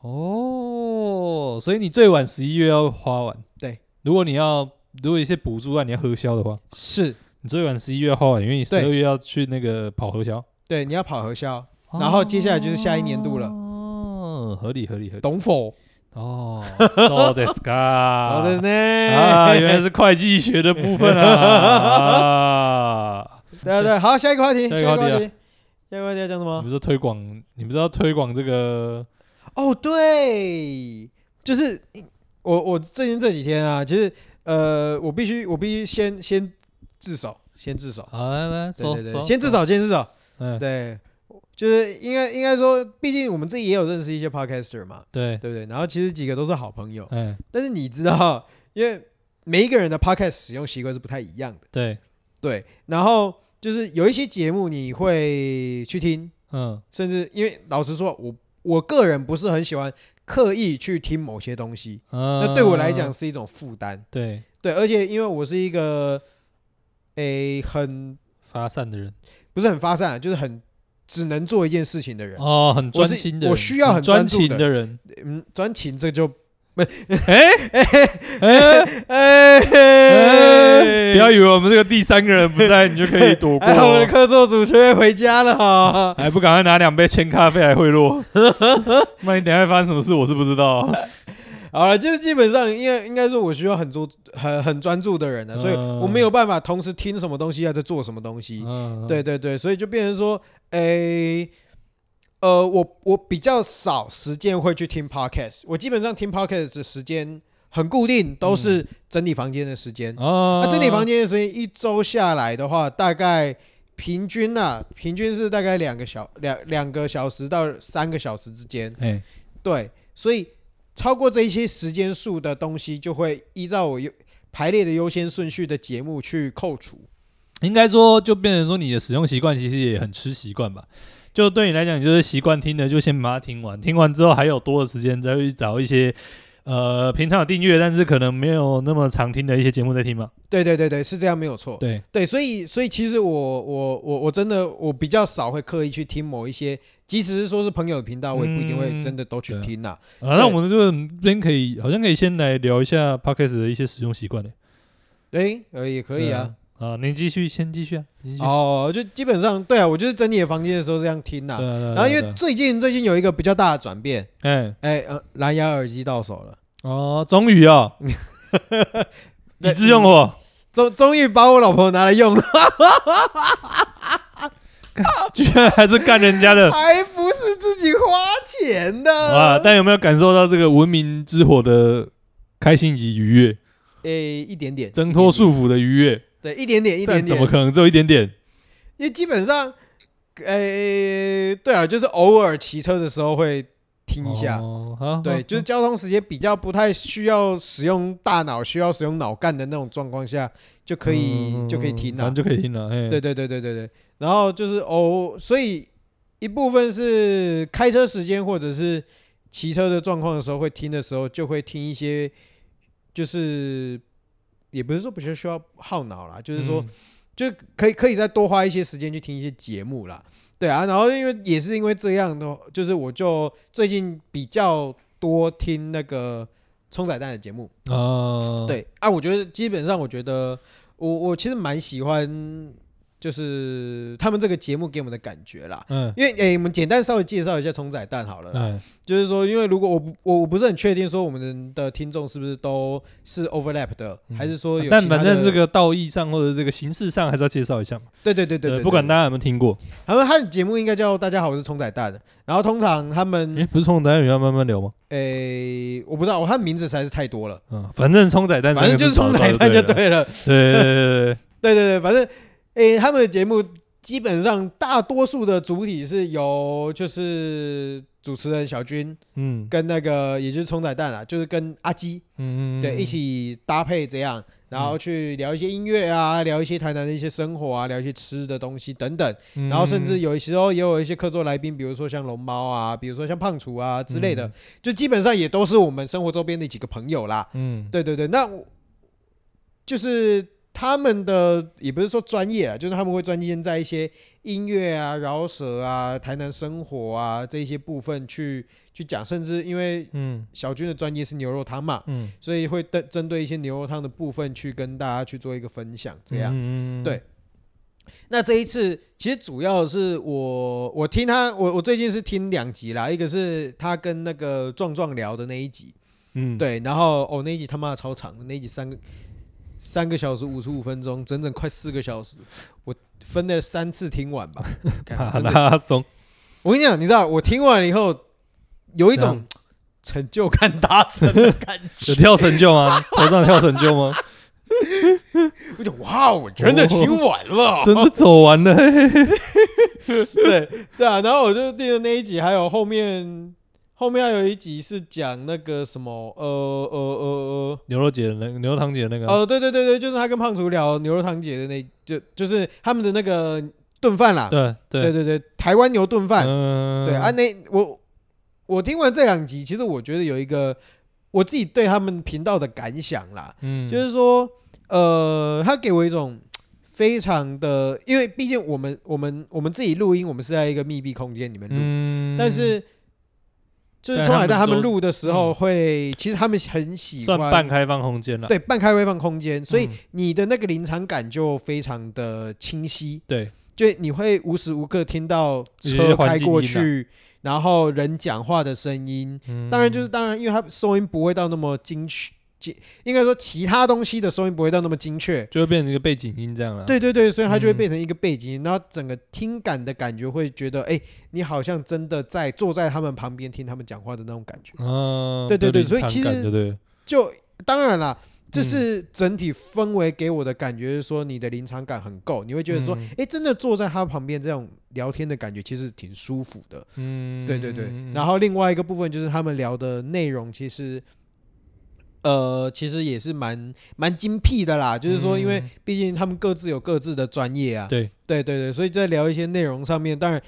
Speaker 2: 哦，所以你最晚十一月要花完，
Speaker 1: 对，
Speaker 2: 如果你要如果一些补助案你要核销的话，
Speaker 1: 是，
Speaker 2: 你最晚十一月花完，因为你十
Speaker 1: 对
Speaker 2: 二月要去那个跑核销。
Speaker 1: 对，你要跑核销，然后接下来就是下一年度了
Speaker 2: 哦，合理合理合理。
Speaker 1: 懂否？
Speaker 2: 哦，so this
Speaker 1: そうです
Speaker 2: guy，啊，原来
Speaker 1: ね。
Speaker 2: 是会计学的部分
Speaker 1: [laughs]
Speaker 2: 啊。啊
Speaker 1: [laughs] 对啊，对啊，好，下一个话题，
Speaker 2: 下
Speaker 1: 下一
Speaker 2: 一个
Speaker 1: 个
Speaker 2: 话
Speaker 1: 话
Speaker 2: 题啊
Speaker 1: 题，下一个话题要讲什
Speaker 2: 你
Speaker 1: 么？
Speaker 2: 不是推广，你不是要推广这个？
Speaker 1: 哦，对，就是我我最近这几天啊，其实呃，我必须我必须先先自首，先自首，
Speaker 2: 好，来来，
Speaker 1: 对
Speaker 2: 说
Speaker 1: 对
Speaker 2: 说
Speaker 1: 对，先自首，先自首。
Speaker 2: 嗯，
Speaker 1: 对，就是应该应该说，毕竟我们自己也有认识一些 podcaster 嘛，
Speaker 2: 对，
Speaker 1: 对不对？然后其实几个都是好朋友，
Speaker 2: 嗯，
Speaker 1: 但是你知道，因为每一个人的 podcast 使用习惯是不太一样的，
Speaker 2: 对，
Speaker 1: 对。然后就是有一些节目你会去听，
Speaker 2: 嗯
Speaker 1: 甚至因为老实说，我我个人不是很喜欢刻意去听某些东西，
Speaker 2: 嗯，
Speaker 1: 那对我来讲，是一种负担，
Speaker 2: 对，
Speaker 1: 对。而且因为我是一个诶很
Speaker 2: 发散的人，
Speaker 1: 不是很发散啊，就是很只能做一件事情的人。
Speaker 2: 哦，很
Speaker 1: 我
Speaker 2: 专
Speaker 1: 是
Speaker 2: 情的人，
Speaker 1: 我需要很
Speaker 2: 专
Speaker 1: 专注
Speaker 2: 情
Speaker 1: 的
Speaker 2: 的人。
Speaker 1: [laughs] 嗯，专情这就
Speaker 2: 哎 [laughs] 哎
Speaker 1: 哎
Speaker 2: 哎，不要以为我们这个第三个人不在，你就可以躲过
Speaker 1: 哎，我们的
Speaker 2: 哦。
Speaker 1: 客座主持人回家了哈。
Speaker 2: 还不赶快拿两杯千咖啡来贿赂？
Speaker 1: [laughs]
Speaker 2: 那你等一下会发生什么事，我是不知道。
Speaker 1: 好了，就是基本上应该应该说，我需要很注很很专注的人呢，所以
Speaker 2: 嗯
Speaker 1: 我没有办法同时听什么东西，还在做什么东西。
Speaker 2: 嗯，
Speaker 1: 对对对，所以就变成说，哎，呃，我我比较少时间会去听 podcast，我基本上听 podcast 的时间很固定，都是整理房间的时间。
Speaker 2: 啊
Speaker 1: 那整理房间的时间一周下来的话，大概平均啊，平均是大概两个小两两个小时到三个小时之间。
Speaker 2: 哎，
Speaker 1: 对，所以超过这一些时间数的东西，就会依照我优排列的优先顺序的节目去扣除。
Speaker 2: 应该说就变成说你的使用习惯其实也很吃习惯吧。就对你来讲，你就是习惯听的，就先把它听完，听完之后还有多的时间再去找一些呃平常有订阅，但是可能没有那么常听的一些节目在听嘛。
Speaker 1: 对对对对，是这样没有错。
Speaker 2: 对，
Speaker 1: 对，所以所以其实我我我我真的我比较少会刻意去听某一些，即使是说是朋友的频道，我也不一定会
Speaker 2: 嗯
Speaker 1: 真的都去
Speaker 2: 对啊
Speaker 1: 听啦、
Speaker 2: 啊，那我们就是这边可以，好像可以先来聊一下 podcast 的一些使用习惯嘞。
Speaker 1: 诶，呃，也可以
Speaker 2: 对
Speaker 1: 啊。
Speaker 2: 啊。啊，您继续，先继续啊，你继续。
Speaker 1: 哦，就基本上对啊，我就是整理房间的时候这样听呐、
Speaker 2: 对啊，对啊
Speaker 1: 然后因
Speaker 2: 对
Speaker 1: 为
Speaker 2: 啊
Speaker 1: 最近最近有一个比较大的转变，
Speaker 2: 对啊哎、
Speaker 1: 哎，呃，蓝牙耳机到手了，
Speaker 2: 哦，终于哦，你自用我， [laughs]
Speaker 1: 终终于把我老婆拿来用了，
Speaker 2: 居然还是干人家
Speaker 1: [laughs]
Speaker 2: 的，[laughs]
Speaker 1: 还不是自己花钱
Speaker 2: 啊！
Speaker 1: 的。
Speaker 2: 但有没有感受到这个文明之火的开心及愉悦，
Speaker 1: 诶，一点点
Speaker 2: 挣脱，束缚的愉悦？
Speaker 1: 一点点对，一点点，一点
Speaker 2: 但怎
Speaker 1: 点
Speaker 2: 么。可能只有一点点？
Speaker 1: 因为基本上，诶，对啊，就是偶尔骑车的时候会听一下。
Speaker 2: 哦，好，
Speaker 1: 对，
Speaker 2: 好
Speaker 1: 就是交通时间比较不太需要使用大脑、需要使用脑干的那种状况下，就可以、
Speaker 2: 嗯
Speaker 1: 就可以啊停了、
Speaker 2: 反正就可以听啊哎了。嘿
Speaker 1: 对，对对对对对。然后就是哦，所以一部分是开车时间或者是骑车的状况的时候会听的时候，就会听一些，就是也不是说不需需要耗脑啦，就是说、
Speaker 2: 嗯
Speaker 1: 就可以可以再多花一些时间去听一些节目啦。对啊，然后因为也是因为这样的，就是我就最近比较多听那个冲仔蛋的节目。
Speaker 2: 啊，
Speaker 1: 对啊，我觉得基本上，我觉得我我其实蛮喜欢，就是他们这个节目给我们的感觉啦。
Speaker 2: 嗯，
Speaker 1: 因为诶、我们简单稍微介绍一下冲仔蛋好了啦。
Speaker 2: 嗯，
Speaker 1: [laughs] 就是说，因为如果我不我我不是很确定说我们的听众是不是都是 overlap 的，还是说有
Speaker 2: 嗯啊但
Speaker 1: 其他
Speaker 2: 反正
Speaker 1: 的
Speaker 2: 这个道义上或者这个形式上还是要介绍一下嘛。
Speaker 1: 对对对对对，
Speaker 2: 呃
Speaker 1: 嗯
Speaker 2: 不管大家有没有听过，
Speaker 1: 他们他的节目应该叫大家好，我是冲仔蛋。然后通常他
Speaker 2: 诶，
Speaker 1: 们
Speaker 2: 不是冲仔蛋，要慢慢聊吗？
Speaker 1: 诶、我不知道，他的名字实在是太多了，
Speaker 2: 嗯，反正冲仔蛋，
Speaker 1: 反正就是冲仔蛋就
Speaker 2: 对了。
Speaker 1: 对了。
Speaker 2: 对对对对
Speaker 1: 对对对，反正诶、他们的节目基本上大多数的主体是由就是主持人小军
Speaker 2: 嗯
Speaker 1: 跟那个也就是冲仔蛋啊，就是跟阿基
Speaker 2: 嗯，
Speaker 1: 对一起搭配这样，然后去聊一些音乐啊，聊一些台南的一些生活啊，聊一些吃的东西等等，
Speaker 2: 嗯，
Speaker 1: 然后甚至有时候也有一些客座来宾，比如说像龙猫啊，比如说像胖厨啊之类的
Speaker 2: 嗯，
Speaker 1: 就基本上也都是我们生活周边的几个朋友啦。
Speaker 2: 嗯，
Speaker 1: 对对对，那我就是他们的也不是说专业啊，就是他们会专精在一些音乐啊、饶舌啊、台南生活啊这一些部分去去讲，甚至因为
Speaker 2: 嗯
Speaker 1: 小军的专业是牛肉汤嘛，
Speaker 2: 嗯，
Speaker 1: 所以会针针对一些牛肉汤的部分去跟大家去做一个分享，这样。
Speaker 2: 嗯，
Speaker 1: 对那这一次其实主要是我我听他我我最近是听两集啦，一个是他跟那个壮壮聊的那一集，
Speaker 2: 嗯，
Speaker 1: 对，然后哦那一集他妈的超长，那一集三个三个小时五十五分钟，整整快四个小时，我分了三次听完吧。干我
Speaker 2: 马
Speaker 1: 真的，
Speaker 2: 拉松，
Speaker 1: 我跟你讲，你知道我听完了以后有一种成就感达成的感
Speaker 2: 有
Speaker 1: 觉，
Speaker 2: 跳绳就吗？头上跳绳就吗？
Speaker 1: 我就哇，哦我真的听完了，
Speaker 2: 哦 [laughs] 真的走完了，嘿嘿
Speaker 1: 对对啊。然后我就听了那一集，还有后面后面还有一集是讲那个什么呃呃呃呃。
Speaker 2: 牛肉姐的那个牛肉汤姐的那个啊，
Speaker 1: 哦，对对对对，就是他跟胖厨聊牛肉汤姐的那，就就是他们的那个炖饭啦。
Speaker 2: 对
Speaker 1: 对
Speaker 2: 对，
Speaker 1: 对对，台湾牛炖饭。
Speaker 2: 嗯，
Speaker 1: 对啊，那我我听完这两集，其实我觉得有一个我自己对他们频道的感想啦，
Speaker 2: 嗯，
Speaker 1: 就是说，呃，他给我一种非常的，因为毕竟我们我们我们自己录音，我们是在一个密闭空间里面录，
Speaker 2: 嗯，
Speaker 1: 但是。就是
Speaker 2: 但
Speaker 1: 冲海蛋
Speaker 2: 他们
Speaker 1: 他们
Speaker 2: 说
Speaker 1: 录的时候会，其实他们很喜
Speaker 2: 算半
Speaker 1: 欢
Speaker 2: 开放空间了，
Speaker 1: 对半开放空间，所以
Speaker 2: 啊嗯
Speaker 1: 你的那个临场感就非常的清晰，
Speaker 2: 对，
Speaker 1: 就你会无时无刻听到
Speaker 2: 一些
Speaker 1: 车
Speaker 2: 环
Speaker 1: 开
Speaker 2: 境
Speaker 1: 过
Speaker 2: 音啊
Speaker 1: 去，然后人讲话的声音。
Speaker 2: 嗯
Speaker 1: 当然就是当然，因为它收音不会到那么精确，精应该说其他东西的收音不会到那么精确。
Speaker 2: 就会变成一个背景音这样了，
Speaker 1: 对对对，所以它就会
Speaker 2: 嗯
Speaker 1: 变成一个背景音，然后整个听感的感觉会觉得，哎，你好像真的在坐在他们旁边听他们讲话的那种感觉。
Speaker 2: 啊，
Speaker 1: 对对对所以其实
Speaker 2: 对对了，
Speaker 1: 就当然啦，这
Speaker 2: 嗯
Speaker 1: 是整体氛围给我的感觉是说，你的临场感很够，你会觉得说
Speaker 2: 嗯，
Speaker 1: 哎，真的坐在他旁边这种聊天的感觉，其实挺舒服的。
Speaker 2: 嗯，
Speaker 1: 对对对，然后另外一个部分就是他们聊的内容，其实，呃，其实也是蛮蛮精辟的啦。就是说，因为
Speaker 2: 嗯
Speaker 1: 毕竟他们各自有各自的专业啊，
Speaker 2: 对
Speaker 1: 对对对，所以在聊一些内容上面，当然，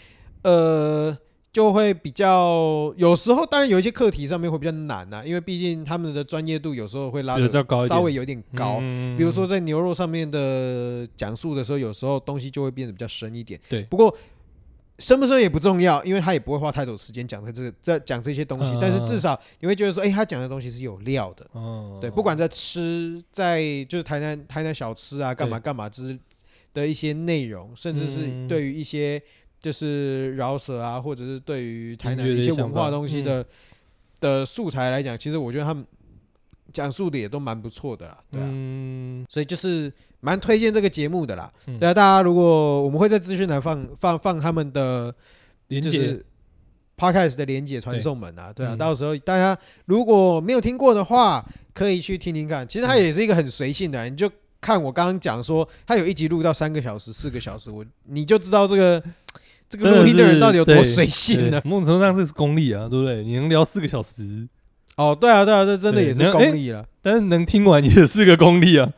Speaker 1: 呃，就会比较有时候，当然有一些课题上面会比较难啊，因为毕竟他们的专业度有时候会拉
Speaker 2: 有
Speaker 1: 的
Speaker 2: 较高一点
Speaker 1: 稍微有点高。
Speaker 2: 嗯
Speaker 1: 比如说在牛肉上面的讲述的时候，有时候东西就会变得比较深一点。
Speaker 2: 对
Speaker 1: 不过深不深也不重要，因为他也不会花太多时间讲在这个在讲这些东西
Speaker 2: 嗯，
Speaker 1: 但是至少你会觉得说，哎，他讲的东西是有料的。
Speaker 2: 哦，
Speaker 1: 对，不管在吃，在就是台南台南小吃啊，干嘛干嘛之的一些内容，甚至是
Speaker 2: 嗯
Speaker 1: 对于一些就是饶舌啊，或者是对于台南
Speaker 2: 音乐的
Speaker 1: 一些
Speaker 2: 一些
Speaker 1: 文化
Speaker 2: 想法
Speaker 1: 东西的的素材来讲，其实我觉得他们讲述的也都蛮不错的啦，对啊。
Speaker 2: 嗯，
Speaker 1: 所以就是蛮推荐这个节目的啦。
Speaker 2: 嗯
Speaker 1: 对啊，大家如果我们会在资讯栏放放放他们的
Speaker 2: 连
Speaker 1: 就
Speaker 2: 接
Speaker 1: 是 podcast 的连接传送门啊，对啊，
Speaker 2: 嗯
Speaker 1: 到时候大家如果没有听过的话，可以去听听看。其实它也是一个很随性的啊，你就看我刚刚讲说，它有一集录到三个小时、四个小时，我你就知道这
Speaker 2: [laughs]
Speaker 1: 个这个录音的人到底有多随性了。
Speaker 2: 对某种程度上这是功力啊，对不对？你能聊四个小时，
Speaker 1: 哦，对啊，对啊，这真的也是
Speaker 2: 对
Speaker 1: 功力了。
Speaker 2: 但是能听完也是个功力啊。 [laughs]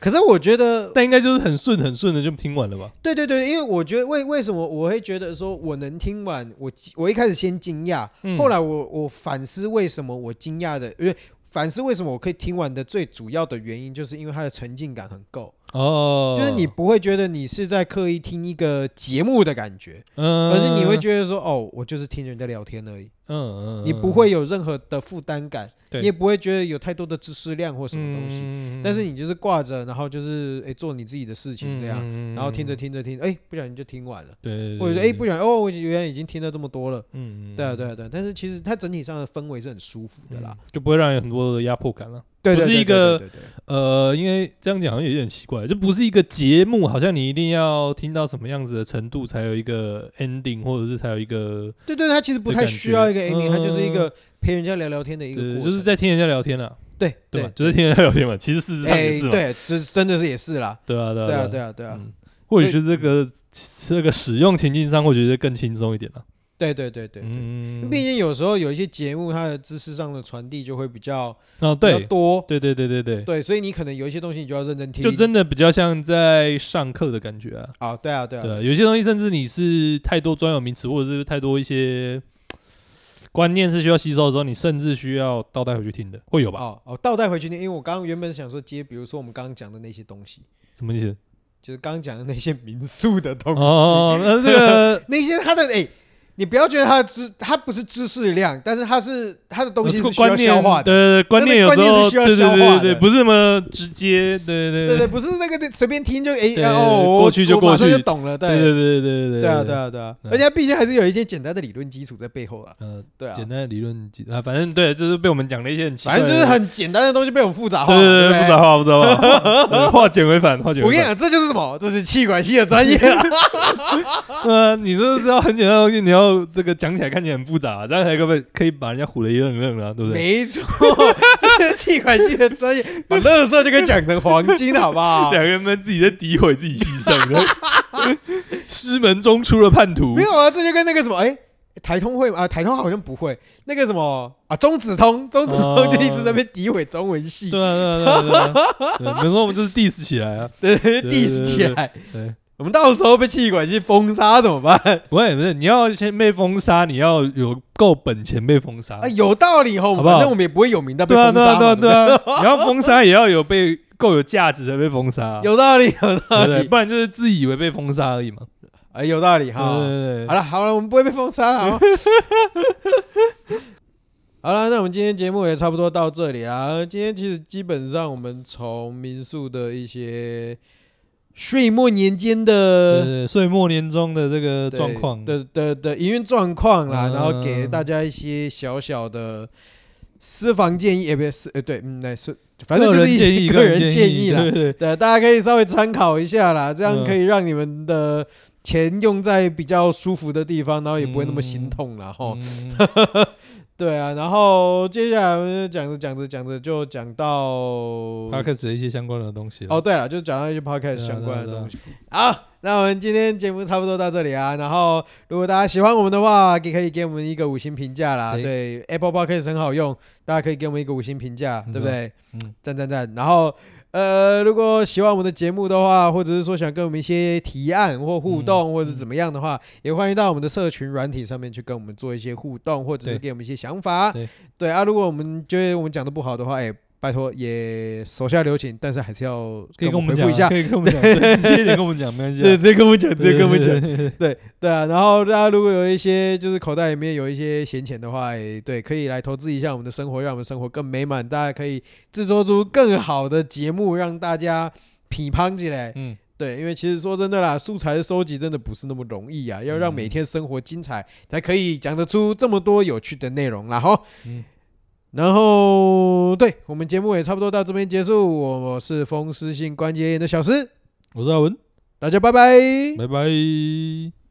Speaker 1: 可是我觉得
Speaker 2: 但应该就是很顺很顺的就听完了吧？
Speaker 1: 对对对，因为我觉得为为什么我会觉得说我能听完，我我一开始先惊讶，
Speaker 2: 嗯
Speaker 1: 后来我我反思为什么我惊讶的，因为反思为什么我可以听完的最主要的原因，就是因为它的沉浸感很够，
Speaker 2: 哦，
Speaker 1: 就是你，不会觉得你是在刻意听一个节目的感觉，
Speaker 2: 嗯
Speaker 1: 而是你会觉得说哦，我就是听人家聊天而已，
Speaker 2: 嗯嗯，
Speaker 1: 你不会有任何的负担感，
Speaker 2: 对嗯
Speaker 1: 你也不会觉得有太多的知识量或什么东西，
Speaker 2: 西
Speaker 1: 但是你就是挂着，然后就是诶做你自己的事情这样，
Speaker 2: 样
Speaker 1: 然后听着，听着听，哎，不小心就听完了。
Speaker 2: 对嗯对，对
Speaker 1: 或者说哎、不，想哦，我原来已经听了这么多了，
Speaker 2: 嗯，嗯
Speaker 1: 对啊对啊对啊，但是其实它整体上的氛围是很舒服的啦，，
Speaker 2: 嗯就不会让人有很多的压迫感了。
Speaker 1: 对，
Speaker 2: 不
Speaker 1: 对
Speaker 2: 是
Speaker 1: 对
Speaker 2: 一个
Speaker 1: 对对对对
Speaker 2: 呃，因为这样讲好像有点奇怪，就不是一个节目，好像你一定要听到什么样子的程度才有一个 ending，或者是才有一个，
Speaker 1: 对对，它其实不
Speaker 2: 的
Speaker 1: 太
Speaker 2: 感
Speaker 1: 需
Speaker 2: 觉
Speaker 1: 要一个 ending，它就是一
Speaker 2: 嗯
Speaker 1: 个陪人家聊聊天的一个
Speaker 2: 对，
Speaker 1: 过
Speaker 2: 就是
Speaker 1: 程
Speaker 2: 在听人家聊天了，
Speaker 1: 对
Speaker 2: 对吧
Speaker 1: 对？
Speaker 2: 就是听人家聊天嘛，其实事实上也
Speaker 1: 哎
Speaker 2: 是嘛，
Speaker 1: 对，这真的是也是啦，
Speaker 2: 对啊，对啊，
Speaker 1: 对啊
Speaker 2: 对
Speaker 1: 对
Speaker 2: 啊，
Speaker 1: 啊对啊，
Speaker 2: 嗯，或许是这个这个使用情境上，会觉得更轻松一点了，
Speaker 1: 对对对对对，
Speaker 2: 嗯，
Speaker 1: 毕竟有时候有一些节目它的知识上的传递就会比较
Speaker 2: 哦，
Speaker 1: 比较
Speaker 2: 对，
Speaker 1: 多，
Speaker 2: 对对对对对，
Speaker 1: 对，所以你可能有一些东西你就要认真听，
Speaker 2: 就真的比较像在上课的感觉啊，
Speaker 1: 啊对啊对
Speaker 2: 对
Speaker 1: 啊
Speaker 2: 啊，有些东西甚至你是太多专有名词，或者是太多一些观念是需要吸收的时候，你甚至需要倒带回去听的，会有吧？
Speaker 1: 哦哦倒带回去听，因为我刚刚原本想说接，比如说我们刚刚讲的那些东西。
Speaker 2: 什么意思？
Speaker 1: 就是刚刚讲的那些民宿的东西，
Speaker 2: 哦，那这 [laughs] 个
Speaker 1: 那些他的哎、你不要觉得他的知他不是知识量，但是他是他的东西
Speaker 2: 这
Speaker 1: 是
Speaker 2: 个
Speaker 1: 需要消
Speaker 2: 呃观念
Speaker 1: 化的，
Speaker 2: 对观念有时
Speaker 1: 观念是
Speaker 2: 候
Speaker 1: 需要
Speaker 2: 对对
Speaker 1: 消化
Speaker 2: 对对对，
Speaker 1: 的
Speaker 2: 不是那么直接，对对
Speaker 1: 对
Speaker 2: 对
Speaker 1: 对，不是那个随便听就哎、
Speaker 2: 对
Speaker 1: 哦，我
Speaker 2: 过去就
Speaker 1: 我马上
Speaker 2: 过去
Speaker 1: 就懂了，
Speaker 2: 对
Speaker 1: 对
Speaker 2: 对对对对
Speaker 1: 对啊对，啊对啊，
Speaker 2: 嗯
Speaker 1: 而且他毕竟还是有一些简单的理论基础在背后啊，
Speaker 2: 呃，
Speaker 1: 对啊，
Speaker 2: 简单的理论基啊，反正对，就是被我们讲了一些很奇怪
Speaker 1: 反
Speaker 2: 的，
Speaker 1: 正就是很简单的东西被我们复杂化
Speaker 2: 对
Speaker 1: 嘛，
Speaker 2: 对
Speaker 1: 不
Speaker 2: 对，不杂化不杂化， [laughs] 对呃化简为繁，化简
Speaker 1: 我
Speaker 2: 为
Speaker 1: 跟你
Speaker 2: 繁。
Speaker 1: 讲，这就是什么？这是气管系的专业啊！
Speaker 2: 呃，你这是要很简单的东西，你要这个讲起来看起来很复杂、这样才可不可以把人家唬得一愣一愣的、啊，对不对？
Speaker 1: 没错， [laughs] 这是气管系的专业，把垃圾就给讲成黄金，好不
Speaker 2: [laughs]
Speaker 1: 好？
Speaker 2: 两个人们自己在诋毁自己牺牲的， [laughs] 师门中出了叛徒
Speaker 1: [laughs] 没，有啊，这就跟那个什么，哎、台通会吗？啊，台通好像不会。那个什么啊，中子通，中子通
Speaker 2: 哦
Speaker 1: 就一直在那边诋毁中文系，
Speaker 2: 对啊对啊对啊对啊，对，没错，我们就是 diss 起来啊，
Speaker 1: 对对
Speaker 2: 对
Speaker 1: diss 起来。
Speaker 2: 对，
Speaker 1: 我们到时候被气管系封杀怎么办？
Speaker 2: 不会不是，你要先被封杀，你要有够本钱被封杀
Speaker 1: 啊，，有道理吼，
Speaker 2: 好不好
Speaker 1: 反正我们也不会有名的被
Speaker 2: 对啊
Speaker 1: 封
Speaker 2: 对
Speaker 1: 杀
Speaker 2: 啊对
Speaker 1: 嘛，
Speaker 2: 啊
Speaker 1: 对不
Speaker 2: 对啊，你要封杀也要有被够有价值才被封杀啊、
Speaker 1: 对有道理， [laughs] 有道
Speaker 2: 对不对？
Speaker 1: 理，
Speaker 2: 不然就是自以为被封杀而已嘛，
Speaker 1: 哎，有道理
Speaker 2: 对
Speaker 1: 哈。
Speaker 2: 对
Speaker 1: 好
Speaker 2: 对对，
Speaker 1: 了好了，我们不会被封杀了。好吗 [laughs] 好了，那我们今天节目也差不多到这里啦。今天其实基本上我们从民宿的一些岁末年间
Speaker 2: 对
Speaker 1: 的
Speaker 2: 对岁末年终的这个
Speaker 1: 对
Speaker 2: 状况，
Speaker 1: 的的的营运状况啦，然后给
Speaker 2: 嗯
Speaker 1: 大家一些小小的私房建议，也不是呃对，嗯，那是反正
Speaker 2: 个
Speaker 1: 就是
Speaker 2: 人
Speaker 1: 一
Speaker 2: 建议，
Speaker 1: 个人建议啦
Speaker 2: 对。对对
Speaker 1: 对，大家可以稍微参考一下啦，这样
Speaker 2: 嗯
Speaker 1: 可以让你们的钱用在比较舒服的地方，然后也不会那么心
Speaker 2: 嗯
Speaker 1: 痛啦。吼。 [laughs]
Speaker 2: 嗯
Speaker 1: 对啊，然后接下来我们就讲着讲着讲着就讲到哦，
Speaker 2: ，Podcast 的一些相关的东西啦。
Speaker 1: 对了，就讲到一些 podcast
Speaker 2: 对啊
Speaker 1: 相关的
Speaker 2: 对啊
Speaker 1: 东西。好，那我们今天节目差不多到这里啊。然后如果大家喜欢我们的话，也可以给我们一个五星评价啦。
Speaker 2: 对
Speaker 1: 对，Apple Podcast 很好用，大家可以给我们一个五星评价，对不对？
Speaker 2: 嗯，
Speaker 1: 赞赞赞！然后呃，如果喜欢我们的节目的话，或者是说想跟我们一些提案或互
Speaker 2: 嗯
Speaker 1: 动，或者是怎么样的话，也欢迎到我们的社群软体上面去跟我们做一些互动，或者是
Speaker 2: 对
Speaker 1: 给我们一些想法。
Speaker 2: 对
Speaker 1: 啊，如果我们觉得我们讲的不好的话，哎，拜托也手下留情，但是还是要
Speaker 2: 可以跟我们
Speaker 1: 回复
Speaker 2: 讲，
Speaker 1: 一下。
Speaker 2: 可以跟我们讲，对直接一点跟我们讲，没关系
Speaker 1: 对，
Speaker 2: 啊。
Speaker 1: 直接跟我们讲，直接跟我们讲
Speaker 2: 对，。对对对
Speaker 1: 对对啊，然后大家如果有一些就是口袋里面有一些闲钱的话，也对，可以来投资一下我们的生活，让我们生活更美满。大家可以制作出更好的节目，让大家批判起来。
Speaker 2: 嗯，
Speaker 1: 对，因为其实说真的啦，素材的收集真的不是那么容易啊，要让每天生活精彩，才可以讲得出这么多有趣的内容啦。哈，
Speaker 2: 嗯
Speaker 1: 然后对我们节目也差不多到这边结束，我是风湿性关节炎的小诗，
Speaker 2: 我是阿文，
Speaker 1: 大家拜拜。
Speaker 2: 拜拜。